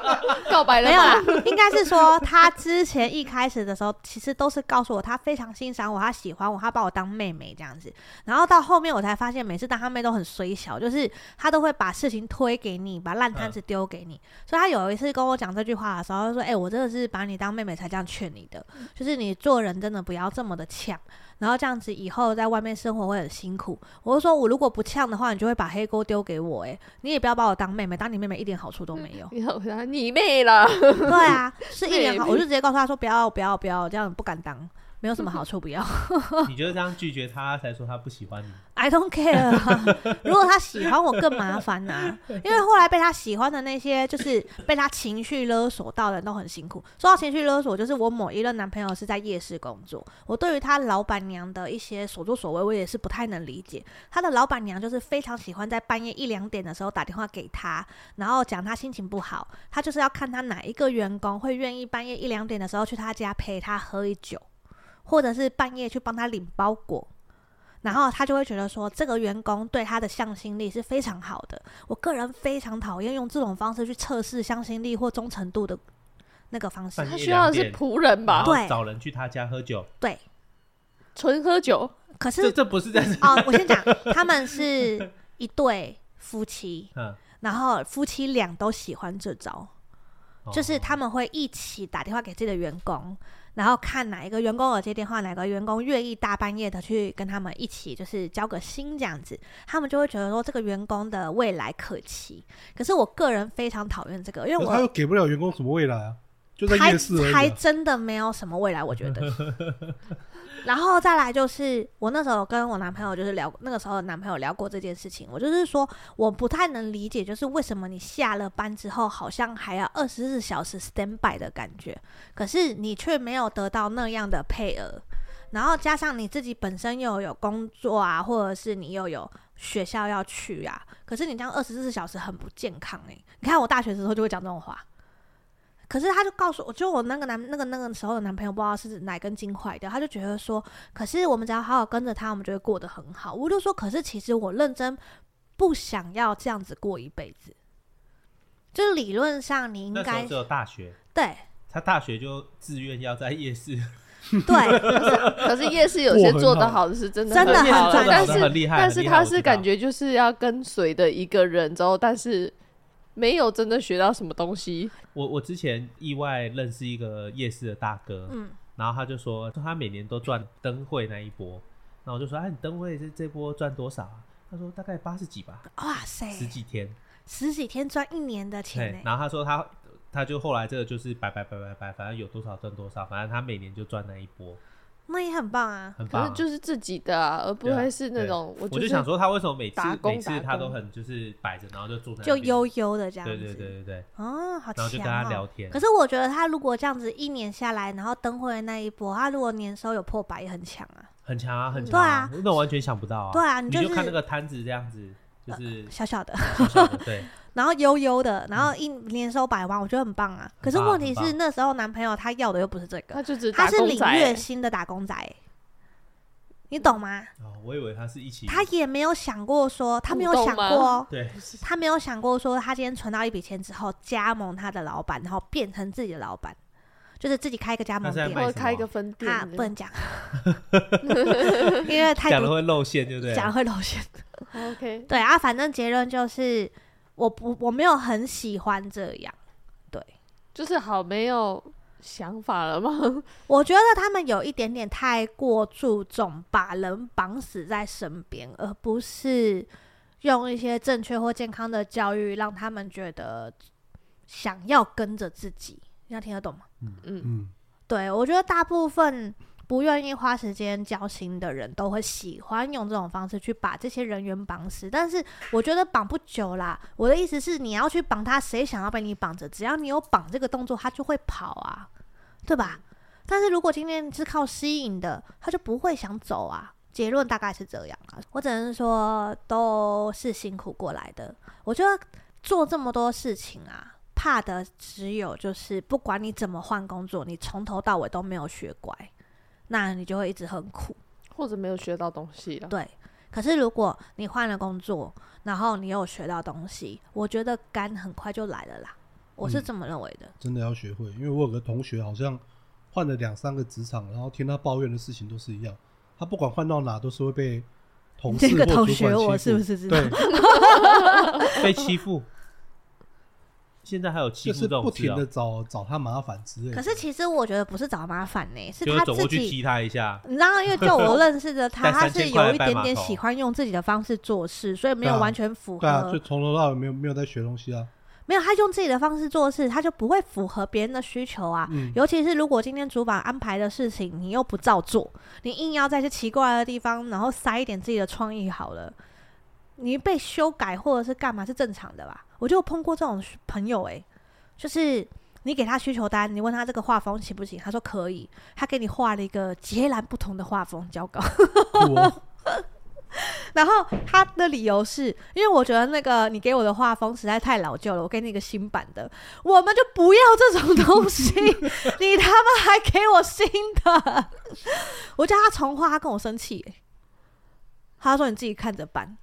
告白了
没有啦
吗？，
应该是说他之前一开始的时候，其实都是告诉我他非常欣赏我，他喜欢我，他把我当妹妹这样子。然后到后面我才发现，每次当他妹都很衰小，就是他都会把事情推给你，把烂摊嗯子丢给你。所以他有一次跟我讲这句话的时候，他说：“哎、我真的是把你当妹妹才这样劝你的，就是你做人真的不要这么的呛。”然后这样子以后在外面生活会很辛苦。我就说，我如果不呛的话，你就会把黑锅丢给我、哎，你也不要把我当妹妹，当你妹妹一点好处都没有。
你好，他你妹了，
对啊，是一
妹
脸好，
妹
我就直接告诉他说不要不要不要，这样不敢当。没有什么好处，不要。
你就是这样拒绝他，才说他不喜欢你。
I don't care 啊！如果他喜欢我更麻烦呐、 因为后来被他喜欢的那些，就是被他情绪勒索到的人都很辛苦。说到情绪勒索，就是我某一任男朋友是在夜市工作，我对于他老板娘的一些所作所为，我也是不太能理解。他的老板娘就是非常喜欢在半夜一两点的时候打电话给他，然后讲他心情不好，他就是要看他哪一个员工会愿意半夜一两点的时候去他家陪他喝一酒，或者是半夜去帮他领包裹。然后他就会觉得说，这个员工对他的向心力是非常好的。我个人非常讨厌用这种方式去测试向心力或忠诚度的那个方式
半。
他
夜
需要的
两
是
点
仆人
然
吧？
后
对
找人去他家喝酒，
对，
纯喝酒，
可
这
是
这不是在
哦，我先讲， 他们是一对夫妻，
嗯，
然后夫妻俩都喜欢这招，
哦
就是他们会一起打电话给自己的员工，然后看哪一个员工有接电话，哪个员工愿意大半夜的去跟他们一起，就是交个心这样子，他们就会觉得说这个员工的未来可期。可是我个人非常讨厌这个，因
可
为
是他
我
又给不了员工什么未来啊，就在
还
夜市而
还
已啊、
真的没有什么未来，我觉 得。然后再来就是，我那时候有跟我男朋友就是聊，那个时候的男朋友聊过这件事情。我就是说，我不太能理解，就是为什么你下了班之后，好像还要二十四小时 stand by 的感觉，可是你却没有得到那样的配额。然后加上你自己本身又有工作啊，或者是你又有学校要去啊，可是你这样二十四小时很不健康诶、你看我大学的时候就会讲这种话，可是他就告诉我，就我那个男那个那个时候的男朋友，不知道是哪根筋坏掉，他就觉得说，可是我们只要好好跟着他，我们就会过得很好。我就说，可是其实我认真不想要这样子过一辈子。就是理论上你应
那时
该
候只有大学，
对
他大学就自愿要在夜市，
对，
可是夜市有些做得好的是真的
真的
很好
很赚
但
钱
是
很厉害
但
很
是
厉害
他
我
是
知道
感觉就是要跟随的一个人之后，但是没有真的学到什么东西。
我我之前意外认识一个夜市的大哥，
嗯，
然后他就说他每年都赚灯会那一波，然后我就说啊，你灯会这这波赚多少啊？他说大概八十几吧，
哇塞，
十几天。
十几天赚一年的钱欸
对
呢、，
然后他说他他就后来这个就是白白白白白，反正有多少赚多少，反正他每年就赚那一波，
那也很棒啊。
很棒
可
啊、
是就是自己的啊，而不
对啊
会是那
对
种我
我
是
想说他为什么每次
打工
每次
打
他都
工
很就是摆着，然后就坐在那
就
边
悠悠的这样子，
对对对对对，
哦，好强、
然后
哦！
就跟他聊天
可。是我觉得他如果这样子一年下来，然后灯会的那一波，他如果年收有破百也很强啊，
很强啊，很
对
强
啊
那种完全想不到啊。
对啊你
你
就是呃
看那个摊子这样子， 就是
小小的，
小小的，对，
然后悠悠的，然后一年收百万，我觉嗯得很棒啊。可是问题
很
是
棒
那时候男朋友他要的又不是这个，
他就只
他
打
是
工
领
仔
月
欸，
薪的打工仔欸，你懂吗？
哦，我以为他是一起，
他也没有想过说，他没有
互动
想过
吗
哦
对，
他没有想过说，他今天存到一笔钱之后，加盟他的老板，然后变成自己的老板，就是自己开一个加盟
那现在
店。
卖
或者
什么
开一个分店
啊，
的，
不能讲， 因为太
讲
多
的会露馅，对不对？
讲了会露馅。
OK，
对啊，反正结论就是，我不我没有很喜欢这样。
就是好没有想法了吗？
我觉得他们有一点点太过注重把人绑死在身边，而不是用一些正确或健康的教育让他们觉得想要跟着自己。你要听得懂吗？
嗯，
嗯，
对，我觉得大部分不愿意花时间交心的人都会喜欢用这种方式去把这些人员绑死，但是我觉得绑不久啦。我的意思是，你要去绑他，谁想要被你绑着？只要你有绑这个动作，他就会跑啊，对吧？但是如果今天是靠吸引的，他就不会想走啊。结论大概是这样啊，我只能说都是辛苦过来的。我觉得做这么多事情啊，怕的只有就是，不管你怎么换工作，你从头到尾都没有学乖，那你就会一直很苦。
或者没有学到东西了。
对，可是如果你换了工作，然后你有学到东西，我觉得肝很快就来了啦。我是
嗯
这么认为的。
真的要学会，因为我有个同学好像换了两三个职场，然后听他抱怨的事情都是一样，他不管换到哪都是会被同 事
这个
或
同
主
学，
管
我
欺
是不
负
是知道？
对，
被欺负，现在还有欺
就
负
是
这种
不
事
停
啊
的，找找他麻烦之类的。
可是其实我觉得不是找麻烦呢、是
就
他
是走
自
过去
己。
踢他一下，
你知道，因 为就我认识的他，
带
他
三
是
千块
有一
拜
点
码
点
头
喜欢用自己的方式做事，所以没有
对啊
完全符合。
对啊，就从头到尾没有没有在学东西啊。
没有，他用自己的方式做事，他就不会符合别人的需求啊。
嗯，
尤其是如果今天主管安排的事情你又不照做，你硬要在一些奇怪的地方，然后塞一点自己的创意好了，你被修改或者是干嘛是正常的吧？我就有碰过这种朋友诶、就是你给他需求单，你问他这个画风行不行，他说可以，他给你画了一个截然不同的画风交稿，
酷 哦，
然后他的理由是因为我觉得那个你给我的画风实在太老旧了，我给你一个新版的，我们就不要这种东西，你他妈还给我新的，我叫他重画，他跟我生气、欸，他说你自己看着办，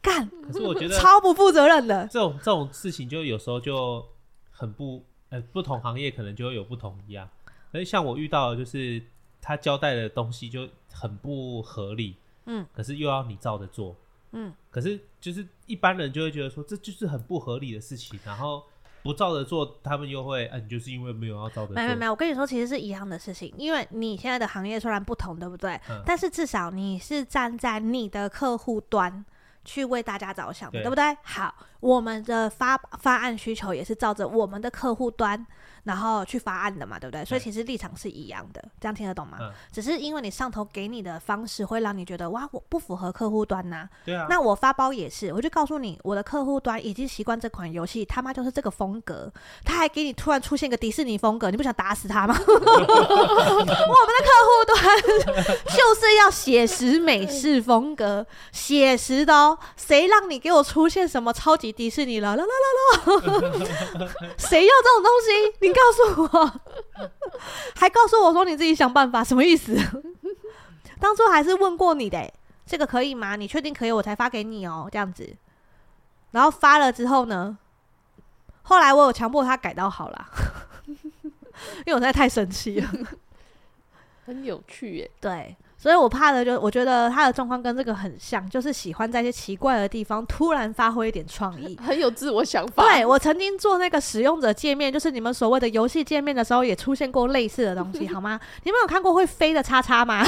干，
可是我觉得
超不负责任的，
这种这种事情，就有时候就很不呃，不同行业可能就会有不同一样。可是像我遇到的，就是他交代的东西就很不合理，
嗯，
可是又要你照着做，
嗯，
可是就是一般人就会觉得说这就是很不合理的事情，然后不照着做，他们又会，嗯、你就是因为没有要照着做，
没没没，我跟你说，其实是一样的事情，因为你现在的行业虽然不同，对不对？
嗯
但是至少你是站在你的客户端去为大家着想的，
对
对不对？好，我们的发发案需求也是照着我们的客户端，然后去发案的嘛，对不对？所以
对
其实立场是一样的，这样听得懂吗？
嗯
只是因为你上头给你的方式会让你觉得哇，我不符合客户端呐、
对啊，
那我发包也是，我就告诉你，我的客户端已经习惯这款游戏，他妈就是这个风格。他还给你突然出现个迪士尼风格，你不想打死他吗？ 我们的客户端就是要写实美式风格，写实的哦。谁让你给我出现什么超级迪士尼了？啦啦啦啦！ 谁要这种东西？你告诉我，还告诉我说你自己想办法，什么意思？ 当初还是问过你的欸、这个可以吗？你确定可以，我才发给你哦，这样子。然后发了之后呢，后来我有强迫他改到好啦， 因为我实在太生气了。
很有趣耶。
对，所以我怕的就我觉得他的状况跟这个很像，就是喜欢在一些奇怪的地方突然发挥一点创意。
很有自我想法。
对我曾经做那个使用者界面，就是你们所谓的游戏界面的时候，也出现过类似的东西，好吗？ 你们有看过会飞的叉叉吗？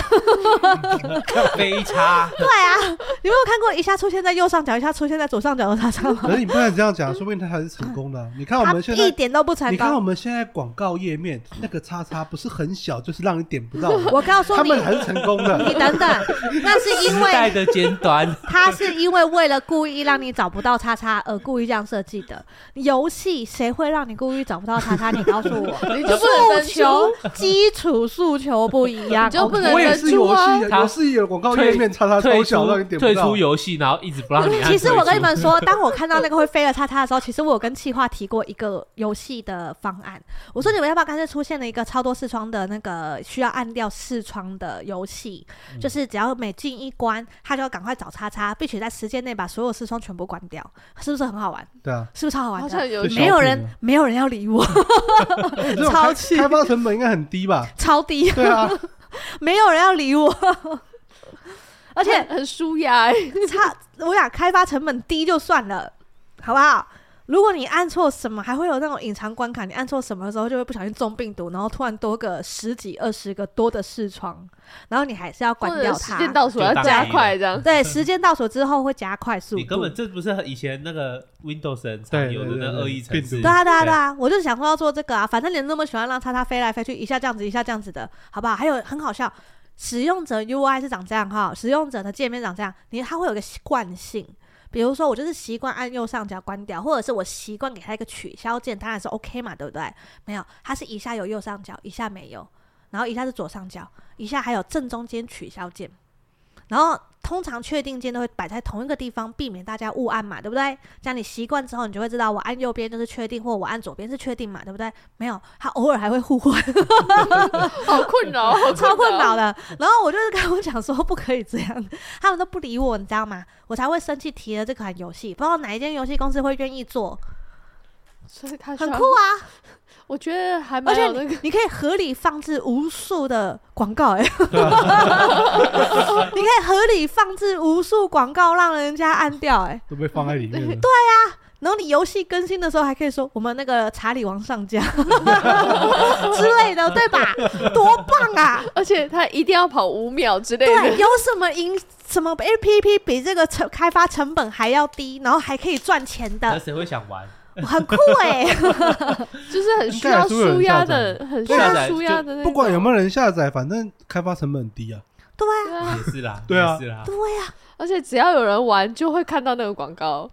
非差，
对啊，你们有看过一下出现在右上角，一下出现在左上角的叉叉吗？
可是你不能这样讲，说不定他还是成功的啊。你看我
他
们现
一
在，
点都不成
你看我
功。
们现在广告页面那个叉叉不是很小，就是让你点不到 的，
我告诉
他
你，
们还是成功的。
你等等， 那是因
时代
为
的尖端，
他是因为为了故意让你找不到叉叉而故意这样设计的。游戏谁会让你故意找不到叉叉？你告诉我，
你就不能
诉
登出，
求基础诉求不一样，
你就不
OK？
能
我也
忍
是
住
游
啊
戏，
他
游戏的广告页面叉叉
退
超
出
小，让你点不
退
到
出。游戏，然后一直不让你按
其
退出。
实我跟你们说，当我看到那个会飞的叉叉的时候，其实我有跟企划提过一个游戏的方案。我说你们要不要干脆出现了一个超多视窗的那个需要按掉视窗的游戏，
嗯
就是只要每进一关，他就要赶快找叉叉，并且在时间内把所有视窗全部关掉，是不是很好玩？
对啊，
是不是超好玩
好
的？
像有
小
没有
品
人
啊，
没有人要理 我，
这种
超
开
气
开发成本应该很低 吧？
超低，
对啊，
没有人要理我， 而且
很很舒压欸，
差，我想开发成本低就算了，好不好？如果你按错什么，还会有那种隐藏关卡，你按错什么的时候就会不小心中病毒，然后突然多个十几二十个多的视窗，然后你还是要
或
关
者
掉
时间
它。
倒数要加快这样。
对，时间倒数之后会加快速度。
你根本这不是以前那个 Windows 很常有的
对对
那
对
恶意程式，
病毒
对啊，对啊，对
对
啊！我就想说要做这个啊，反正你那么喜欢让叉叉飞来飞去，一下这样子，一下这样子的，好不好？还有很好笑，使用者 UI 是长这样哈，使用者的界面长这样，你它会有个习惯性。比如说，我就是习惯按右上角关掉，或者是我习惯给它一个取消键，当然是 OK 嘛，对不对？没有，它是一下有右上角，一下没有，然后一下是左上角，一下还有正中间取消键，然后通常确定键都会摆在同一个地方，避免大家误按嘛，对不对？这样你习惯之后，你就会知道我按右边就是确定，或我按左边是确定嘛，对不对？没有，它偶尔还会互换，
好困扰，好
超困扰
的。
的。然后我就是跟我讲说不可以这样，他们都不理我，你知道吗？我才会生气提了这款游戏，不知道哪一间游戏公司会愿意做，
所以他需
很
要
酷，啊！
我觉得还
而
蛮
且
有那个
你你可以合理放置无数的广 告、欸，
对啊，
你可以合理放置无数广告让人家按掉、欸，
都被放在里面了。
啊然后你游戏更新的时候还可以说我们那个查理王上 架之类的，对吧？多棒啊！
而且他一定要跑五秒之 类
对，
的，
有什么营什么 A P P 比这个成开发成本还要低，然后还可以赚钱
那
的？
谁会想玩？
很酷哎、
就是很需要舒压的，很需
下
要
载
舒压的那种。
啊不管有没有人下载，反正开发成本很低啊。
对啊，
对啊，
也是啦，
对啊
也是啦，
对啊，
而且只要有人玩，就会看到那个广告，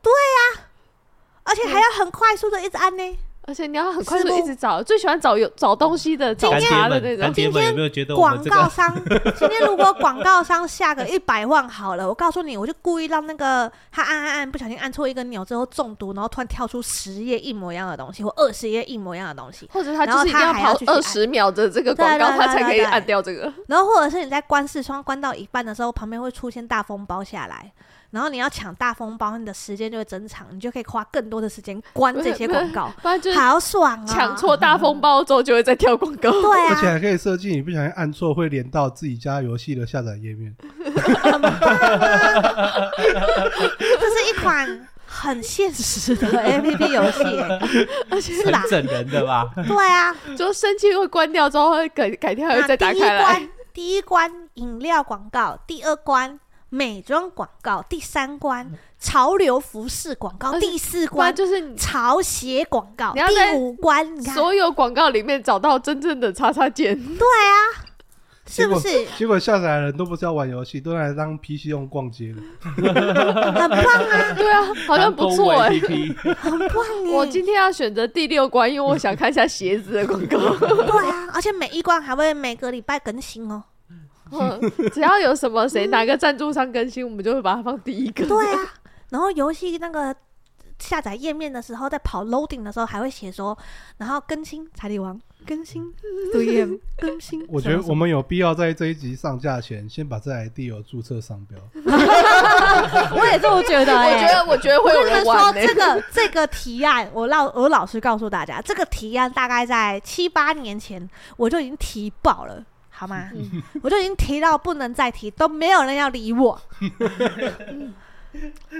而且还要很快速的一直按呢。
而且你要很快速
是不
一直找，最喜欢找有找东西的、
啊
找
干爹
茶的
们，
那
干
种。
爹们有没有觉得我
广
们这
告
个
商 今天如果广告商下个一百万好了，我告诉你，我就故意让那个他按按按，不小心按错一个钮之后中毒，然后突然跳出十页一模一样的东西，或二十页一模一样的东西，
或者他就是一定
然后他还要
跑
继续按
二十秒的这个广
对
告，
对对
啊他才可以
对对
按掉这个。
然后或者是你在关视窗关到一半的时候，旁边会出现大风暴下来，然后你要抢大风暴，你的时间就会增长，你就可以花更多的时间关这些广 告，
不然就是
好爽啊！
抢错大风暴之后就会再跳广告。
对
而且
啊，
还可以设计，你不小心按错会连到自己家游戏的下载页面。
这是一款很现实的 A P P 游戏欸，是吧
很？整人的 吧？
对啊，
就生气会关掉之后，会改改天还会
那
再打
第一
开来。
关，第一关饮料广告，第二关美妆广告，第三关潮流服饰广告，
而且
第四
不然
关
就是你
潮鞋广告，
你要在
第五关，你看
所有广告里面找到真正的叉 叉键，
是不是
结果下载的人都不是要玩游戏，都拿来当 PC 用逛街的。
很棒啊？
对啊，好像不错哎、
欸
A P P，
很棒哎！
我今天要选择第六关，因为我想看一下鞋子的广告。
对啊，而且每一关还会每个礼拜更新 哦。
嗯只要有什么谁哪个赞助商更新，我们就会把它放第一个。
对啊，然后游戏那个下载页面的时候，在跑 loading 的时候还会写说，然后更新彩礼王，更 新 DM，更新。
我觉得我们有必要在这一集上架前，先把这台地有注册商标。
我也这么觉得、哎
我觉得，我觉得会有
我跟
人
你们说，
玩呢、欸
这个这个提案，我老我老实告诉大家，这个提案大概在七八年前我就已经提爆了，好吗？
嗯
我就已经提到不能再提，都没有人要理我。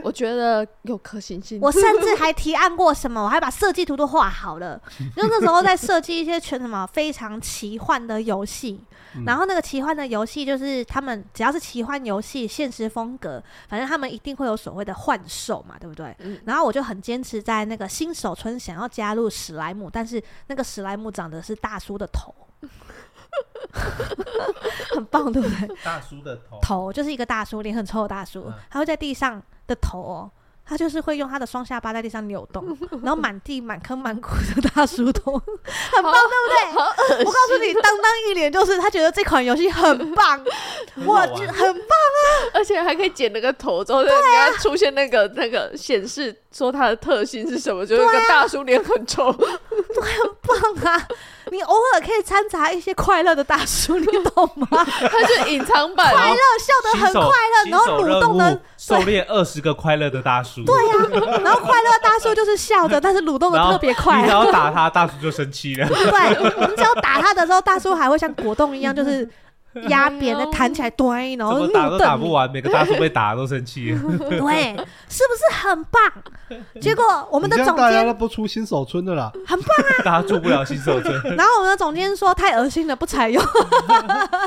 我觉得有可行性。
我甚至还提案过什么，我还把设计图都画好了。就那时候在设计一些全什么非常奇幻的游戏，
嗯
然后那个奇幻的游戏就是他们只要是奇幻游戏，现实风格，反正他们一定会有所谓的幻兽嘛，对不对？
嗯
然后我就很坚持在那个新手村想要加入史莱姆，但是那个史莱姆长的是大叔的头，很棒，对不对？
大叔的头，
头就是一个大叔，脸很臭的大叔
哦嗯，
他会在地上的头哦，他就是会用他的双下巴在地上扭 动，然后满地满坑满谷的大叔头，很棒，对不对？
好恶
我
心
告诉你，当当一脸就是他觉得这款游戏很棒，我
好玩
就很棒，
而且还可以剪那个头之后，让人家出现那个那个显示说它的特性是什么，就是
啊
跟大叔脸很丑。
很棒啊！你偶尔可以掺杂一些快乐的大叔，你懂 吗？
它是隐藏版，哦
快乐笑得
新
很快
手
乐，
新
然后
手
蠕
任
动
务
的，
狩猎二十个快乐的大叔，对
对呀、然后快乐大叔就是笑着，但是蠕动的
然后
特别快
你只。要打他，大叔就生气了。
对，你只要打他的时候，大叔还会像果冻一样，就是压扁再弹起来，对，然
怎
后怒
么打都打
瞪
不
你，
完，每个大叔被打都生气。
对，是不是很棒？结果我
我
们的总
大家
监
都不出新手村 的啦，
很棒，
大家做不了新手村，
然后我们的总监说太恶心了，不采用。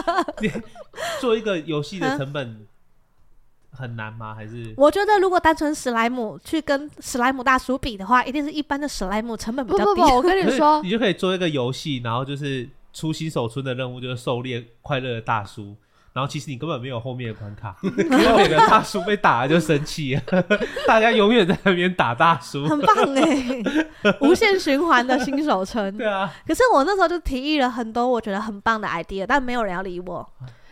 做一个游戏
啊
的成本很难吗？还是
我觉得如果单纯史莱姆去跟史莱姆大叔比的话，一定是一般的史莱姆成本比
不
较
不
低
不，。我跟
可
你
是
说，
你就可以做一个游戏，然后就是出新手村的任务，就是狩猎快乐的大叔。然后其实你根本没有后面的关卡，因为每个大叔被打了就生气了，大家永远在那边打大叔。
很棒哎、 无限循环的新手村。
对啊，
可是我那时候就提议了很多我觉得很棒的 idea，但没有人要理我。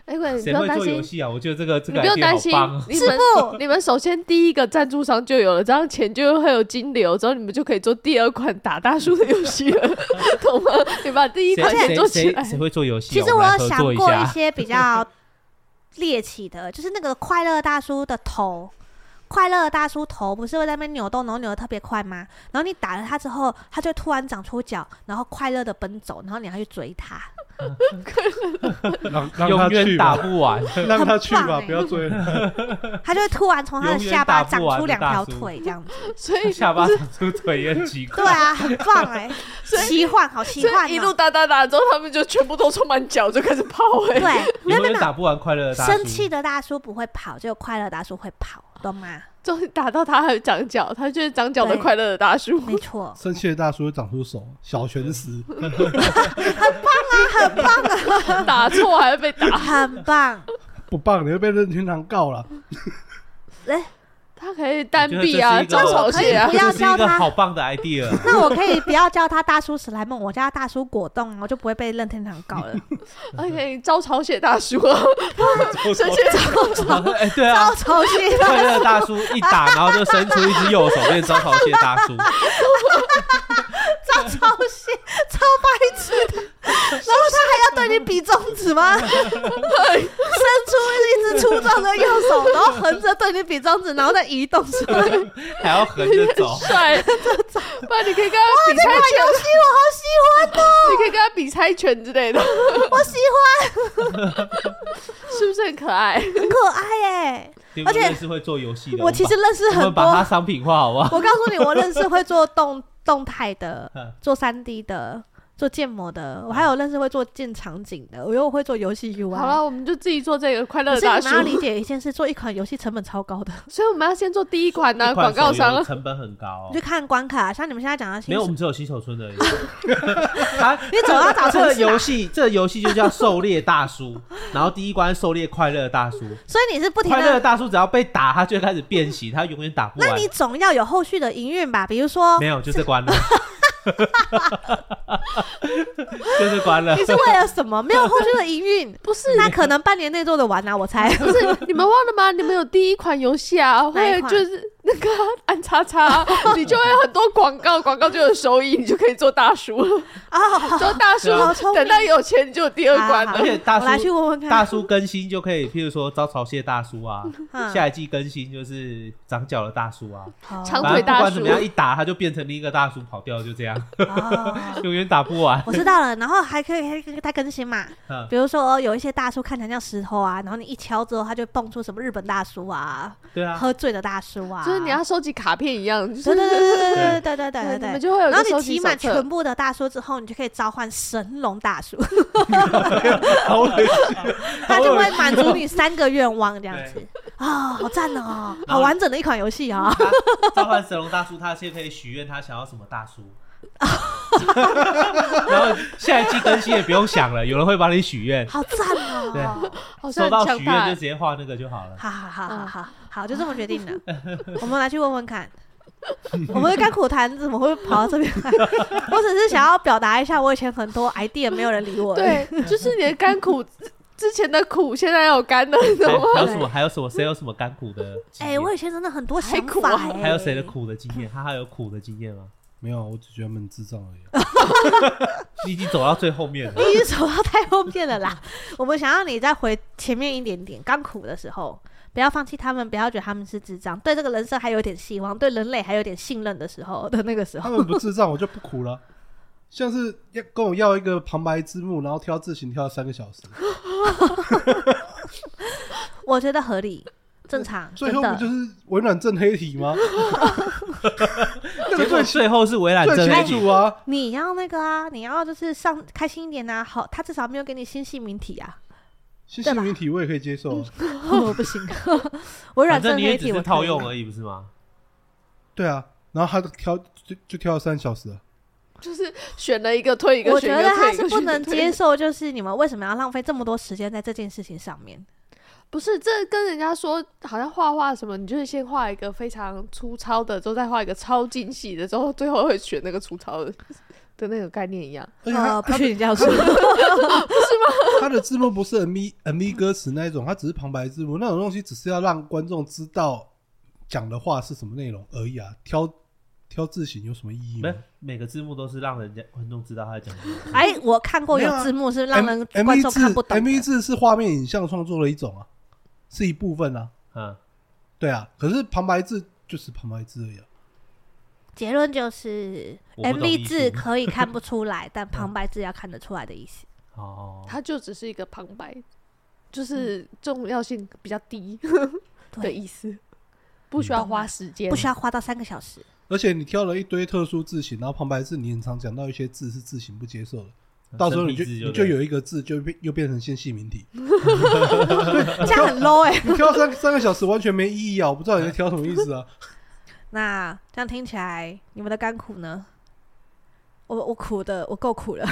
哎，喂，你不
谁
用
会
担
做游
心，
戏啊？我觉得这个这
你
个
不用
idea
担
好
心
棒啊，
你
是
们
不？
你们首先第一个赞助商就有了，这样钱就会有金流，之后你们就可以做第二款打大叔的游戏了，懂吗？ 你把第一
谁
款先
谁
做起
谁
来。
谁会做游戏啊？
其实我
我们来
有
合
想
作
过一
下。
些比较猎奇的， 就是那个快乐大叔的头，快乐大叔头不是会在那边扭动，然后扭的特别快吗？然后你打了他之后，他就突然长出脚，然后快乐的奔走，然后你还去追他，
让让
永
他
远
去
打
吧，
不完，
让他去
很棒
吧，
欸
不要追了。
他就会突然从他的
永远
下巴
打
长
不完
出
的
两
大
条
叔
腿这 样子。
所以
下巴长出腿也很奇怪。
对啊，很棒哎、奇幻，好奇
所
幻、哦
以一路打打打之后，他们就全部都充满脚，就开始跑 哎、
对，没有
永
没有
远
没有，
打不完快乐的大叔。
生气的大叔不会跑，只有快乐大叔会跑，懂吗？
终于打到他还有长脚，他就是长脚的
对
快乐的大叔。
没错，
生气的大叔会长出手，小拳师，
打错还会被打，
很棒。
不棒，你会被任天堂告了。
来，
他可以单
我觉得
臂
这
啊，
是一个
招手鞋啊
不，要
这是一
教
个
他
好棒的 idea。
那我可以不要叫他大叔史莱姆，我叫他大叔果冻，我就不会被任天堂告了。
而且招潮鞋大叔 啊，
生
气，
哎，对啊
招，潮 蟹大
快乐大叔一打，然后就伸出一只右手，变招潮蟹大 叔。
招潮蟹，超白痴的。然后他还要对你比中指吗？伸出一只粗壮的右手，然后横着对你比中指，然后再移动出来。
还要横着走
帅， 不然你可以跟他比猜
这款
拳，
游戏我好喜欢哦，
你可以跟他比猜拳之 类的，
我喜欢，
是不是很可爱？
很可爱哎。
你
而
们
且
认识会做游戏的，
我其实认识
我们把我
很
们把它
多，
商品化好不 好？
我告诉你，我认识会做动动态的
嗯，
做三 D 的。做建模的，我还有认识会做建场景的，我又会做游戏 UI。
好了，我们就自己做这个快乐
可是
的大
你
叔
们，要理解一件事，做一款游戏成本超高的，
所以我们要先做第一款呢，
一款
广告
手
啊
游
商。啊
成本很高哦
你，就看关卡，像你们现在讲的新
没有，我
手，
们只有新手村 而已。啊
你总要找
这
城
个
市吧
游戏，这个游戏就叫狩猎大叔，然后第一关是狩猎快乐大叔，
所以你是不停
快乐
的，
大叔只要被打，他就会开始变形，他永远打不
那
完
你。总要有后续的营运吧？比如说
没，有，就这 关了， 就这关了
你。是为了什么？没有后续的营运，
不是
那可能半年内做得完啊，我 猜。
不是，你们忘了吗？你们有第一款游戏啊，
哪一
会
款
就是那个按叉 叉，你就会很多广告，广告就有收益，你就可以做大叔 了。
啊，
做大叔
对啊
好聪，明
等到有钱你就有第二关
好好
了
而。且大
我来去
叔
问问
大
看。
叔更新就可以，譬如说招潮蟹大叔啊，
嗯
下一季更新就是长脚的大叔啊，
好
长
反
腿
正不
大
管
叔
怎么样，一打他就变成另一个大叔跑掉，就这样，
哦
永远打不 完。
我知道了，然后还可以还可以再更新嘛
嗯，
比如说哦有一些大叔看起来像石头啊，然后你一敲之后，他就蹦出什么日本大叔啊，
对啊，
喝醉的大叔啊，
就是你要收集卡片一样，就
对对
是
对对对对对对
对
对
你
对
们
对。
就会有一
然
个
后
收
你
集
集
手
满
册
全。部的大叔之后，你就可以召唤神龙大叔，
好恶心，
他就会
好恶心哦
满足你三个愿望这样
对
子。啊、好赞哦，
然
好
后
完整的一款游戏啊！
他召唤神龙大叔，他现在可以许愿，他想要什么大叔。 然后下一季更新也不用想了，有人会帮你许愿，
好赞哦！
对
好像
收到
很
许
强
愿
大
就直。接画那个就好 了。
好好好
嗯
好好，好，就这么决定 了。我们来去问问看，我们甘苦谈怎么会跑到这边来？我只是想要表达一下，我以前很多 idea 没有人理我。，
对，就是你的甘苦，之之前的苦现在有甘的，你知道
哎
吗？
还有什么？还有什么？谁有什么甘苦的经
哎、
验？
我以前真的很多想
太苦
法、
了
哎
还有谁的？苦的经验？他还有苦的经验吗？
没有，我只觉得他们智障而已。啊
你已经走到最后面了，
你已经走到太后面了啦。我们想要你再回前面一点点，刚苦的时候。不要放弃他们，不要觉得他们是智障，对这个人生还有点希望，对人类还有点信任的时候的那个时
他
候，
们不智障，我就不 苦了。像是要跟我要一个旁白字幕，然后挑字形挑了三个小时，
我觉得合理、正常，
最
真
后不
的
就。是微软正黑 体吗？那
结
个
果
最
最后是微软
最
正黑
清
体
楚啊！
你要那个啊，你要就是上开心一点啊，好，他至少没有给你新系名体 啊，
新兴媒体我也可以接受啊。
我不行，微软
反
正
正你也
黑
只
体
是
我
套
可以啊
用而已，不是吗？
对啊，然后他挑就就挑了三小时啊。
就是选了一个推一个，
我觉
选一
得
个推
他
一个
是不
选一个
能
推一
接
个
受，就是你们为什么要浪费这么多时间在这件事情上面？
不是，这跟人家说好像画画什么，你就是先画一个非常粗糙的，之后再画一个超精细的，之后最后会选那个粗糙的的那个概念一样。
而且他
呃，不许你这样说，
他的字幕不是 MV MV 歌词那一种，他只是旁白字幕，那种东西只是要让观众知道讲的话是什么内容而已啊。挑挑字形有什么意义
不
吗
是？，哎每个字幕都是让人家观众知道他在讲什么。
哎，我看过
没有
有
啊
字幕是让
M-
人观
MV
众
字
看不懂的
MV 字是画面影像创作的一种啊，是一部分啊。
嗯，
对啊，可是旁白字就是旁白字而已、啊。
结论就是
我不懂艺
，MV
术
字可以看不出来， 但旁白字要看得出来的意思。
哦，
它就只是一个旁白，就是重要性比较低的
嗯对
意思，不需要花时间，
不需要花到三个小 时，
而且你挑了一堆特殊字形，然后旁白字你很常讲到一些字是字形不接受的，
嗯
到时候你就
生僻字
你
就
就
对了
有一个字就变又变成线性名体，
这样很 low 哎、
你挑三三个小时完全没意义啊！我不知道你在挑什么意思啊。
那这样听起来，你们的甘苦呢？我我苦的，我够 苦了。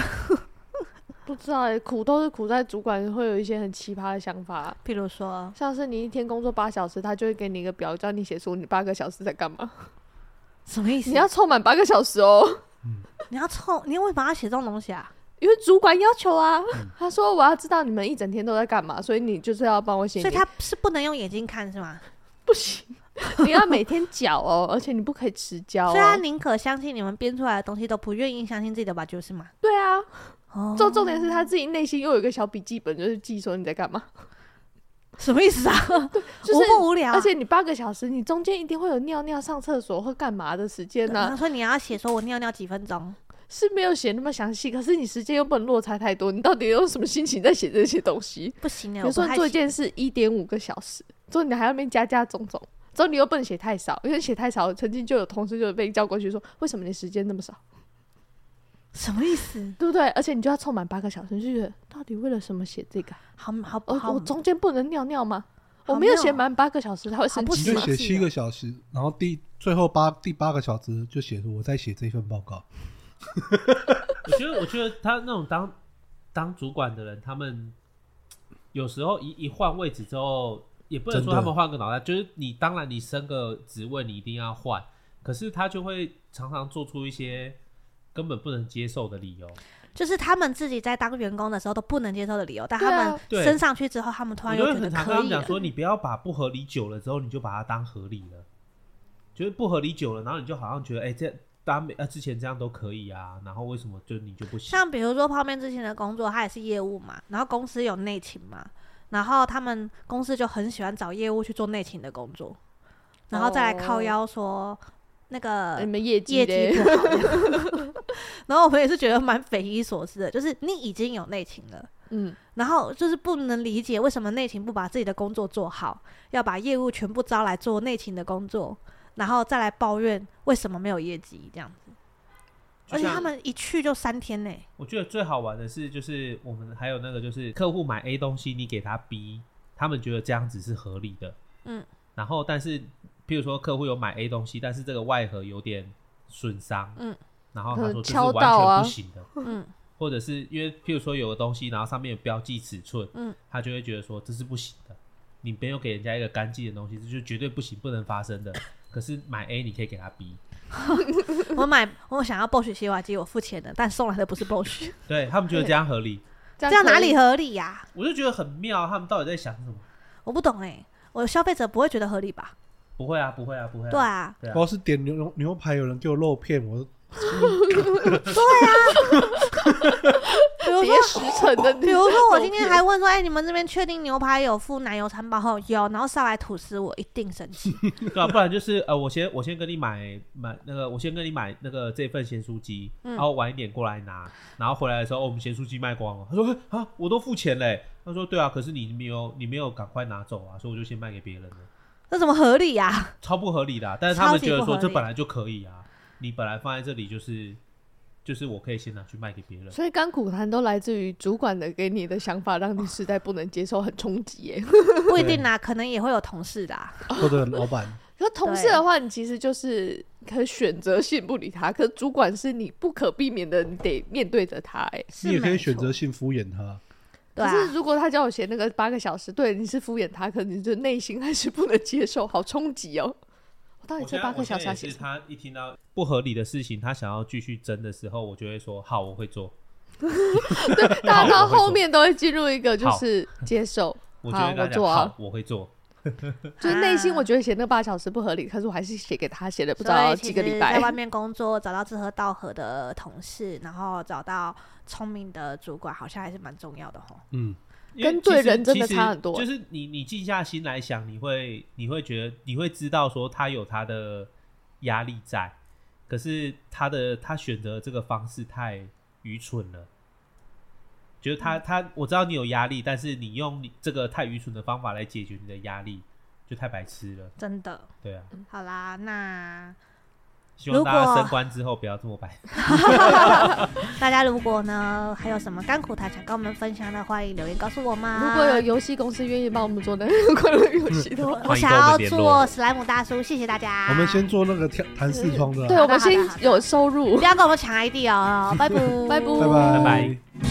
不知道哎、苦都是苦在主管会有一些很奇葩的想法，啊
譬如说，
像是你一天工作八小时，他就会给你一个表，叫你写出你八个小时在干嘛，
什 么意思？
你要凑满八个小时哦。
你要凑，你为什么要写这种东西啊？
因为主管要求啊，他说我要知道你们一整天都在干嘛，所以你就是要帮我写。
所以他是不能用眼睛看是吗？
不行， 你要每天缴哦，而且你不可以迟交、哦。
所以他宁可相啊信你们编出来的东西，都不愿意相信自己的吧，就是嘛。
对啊，
哦
重重点是他自己内心又有一个小笔记本，就是记说你在干嘛。
什么意 思啊？
就是
无不无聊啊？
而且你八个小时，你中间一定会有尿尿、上厕所或干嘛的时间呢、
然后说你要写说我尿尿几分钟，
是没有写那么详细，可是你时间又不能落差太多，你到底用什么心情在写这些东西？
不行
比
的。
如说
我不太
做一
行
件事一点五个小时，之后你还要那边加加种种，之后你又不能写太少，因为写太少，曾经就有同事就被叫过去说，为什么你时间那么少，
什么意思？
对不对？而且你就要凑满八个小时，你就觉得到底为了什么写这个啊？
好好
我
好，
我中间不能尿尿吗？
好
我没有
妙哦
写满八个小时，他会生
好不
你
气
就
吗？
写
是
七
啊
个小时，然后第最后八第八个小时就写着我在写这份报告。
我觉得，我觉得他那种当当主管的人，他们有时候一一换位置之后，也不能
真
说
的
他们换个脑袋，就是你当然你升个职位，你一定要换，可是他就会常常做出一些根本不能接受的理由。
就是他们自己在当员工的时候都不能接受的理由，但
对
他
啊
们
对
升上去之后，他们突
我
然
就
又
会
觉得
很常跟
可
他
以
们
了
讲。说，你不要把不合理久了之后，你就把它当合理了，就是不合理久了，然后你就好像觉得，哎、这当呃之前这样都可以啊，然后为什么就你就不行？
像比如说泡面之前的工作，他也是业务嘛，然后公司有内勤嘛，然后他们公司就很喜欢找业务去做内勤的工作，然后再来靠腰说那
你
个
们呃业绩
呃业
嘞
绩不好。 然后我们也是觉得蛮匪夷所思的，就是你已经有内勤了。
嗯，
然后就是不能理解为什么内勤不把自己的工作做好，要把业务全部招来做内勤的工作，然后再来抱怨为什么没有业绩这样子。
就
而且
像
他们一去就三天呢、
我觉得最好玩的是，就是我们还有那个，就是客户买 A 东西，你给他 B，他们觉得这样子是合理的。
嗯，
然后但是，譬如说客户有买 A 东西，但是这个外盒有点损伤，
嗯，
然后他
可能
说这是
敲
完
到啊
全不行的，
嗯，
或者是因为譬如说有个东西，然后上面有标记尺寸，
嗯，
他就会觉得说这是不行的，你没有给人家一个干净的东西，这就绝对不行，不能发 生的。可是买 A 你可以给他 B，
我买我想要 Bosch 洗碗机，我付钱的，但送来的不是 Bosch，
对他们觉得这样合理，
这
这样
可
哪
以
里合理呀、
我就觉得很妙，他们到底在想什么？
我不懂哎、我消费者不会觉得合理吧？
不会啊，不会啊，不会啊，
对啊，
对啊
我要是点牛牛排，有人给我肉片， 我
啊比如说
叠十层的那 种，
比如说，我今天还问说，哎、你们这边确定牛排有附奶油餐包后有，然后上来吐司，我一定生 气。
对啊，不然就是呃，我先我先跟你买买那个，我先跟你买那个这份咸酥鸡，
嗯
然后晚一点过来拿，然后回来的时候，哦、我们咸酥鸡卖光了。他说欸啊，我都付钱嘞。他说对啊，可是你没有你没有赶快拿走啊，所以我就先卖给别人了，
这怎么合理呀、
超不合理的啊、但是他们觉
超级
得
不
说
合理
这本来就可以啊，你本来放在这里就是就是我可以先拿去卖给别人。
所以甘苦谈都来自于主管的给你的想法，让你实在不能接受，很冲击耶。
不一定啦，啊可能也会有同事的啊、
或者老板，
可是同事的话，你其实就是可选择性不理他；可是主管是你不可避免的，你得面对着他。哎，
是
你也可以
没错
选择性敷衍他。
对啊
可，是如果他叫我写那个八个小时，对，你是敷衍他，可是你的内心还是不能接受，好冲击哦。我到底
我现
这
在
八个
我现
小时
在
要
也
写
是
什么？
他一听到不合理的事情，他想要继续争的时候，我就会说好，我会做，
大
好
家到
我会做
后面都会进入一个就是 接受，
我就会
好
跟他
我
讲
做啊
好，我会做。
就是内心我觉得写那八小时不合理，可是我还是写给他，写了不知道
啊所以
几个
其实
礼
在
拜。
外面工作，找到志合道合的同事，然后找到聪明的主管，好像还是蛮重要的吼。
嗯，
因为
跟
其
对
实
人真的
其实
差很多
就是你你静下心来想，你会你会觉得你会知道说他有他的压力在，可是他的他选择这个方式太愚蠢了。就是他
嗯
他我知道你有压力，但是你用你这个太愚蠢的方法来解决你的压力，就太白痴了。
嗯
真的，
对啊，
好啦，那
希望大
如
家
果
升官之后不要这么白。
大家如果呢还有什么甘苦谈想跟我们分享的，欢迎留言告诉我们。
如果有游戏公司愿意帮我们做那个 快乐游戏的话，
我
欢迎
想
跟我
要
们联络
做史莱姆大叔，谢谢大家。
我们先做那个跳弹视窗的啊，
对我们
好的
先
好的
有收入
不。要跟我们抢 ID 哦，拜拜
拜拜
拜
拜
拜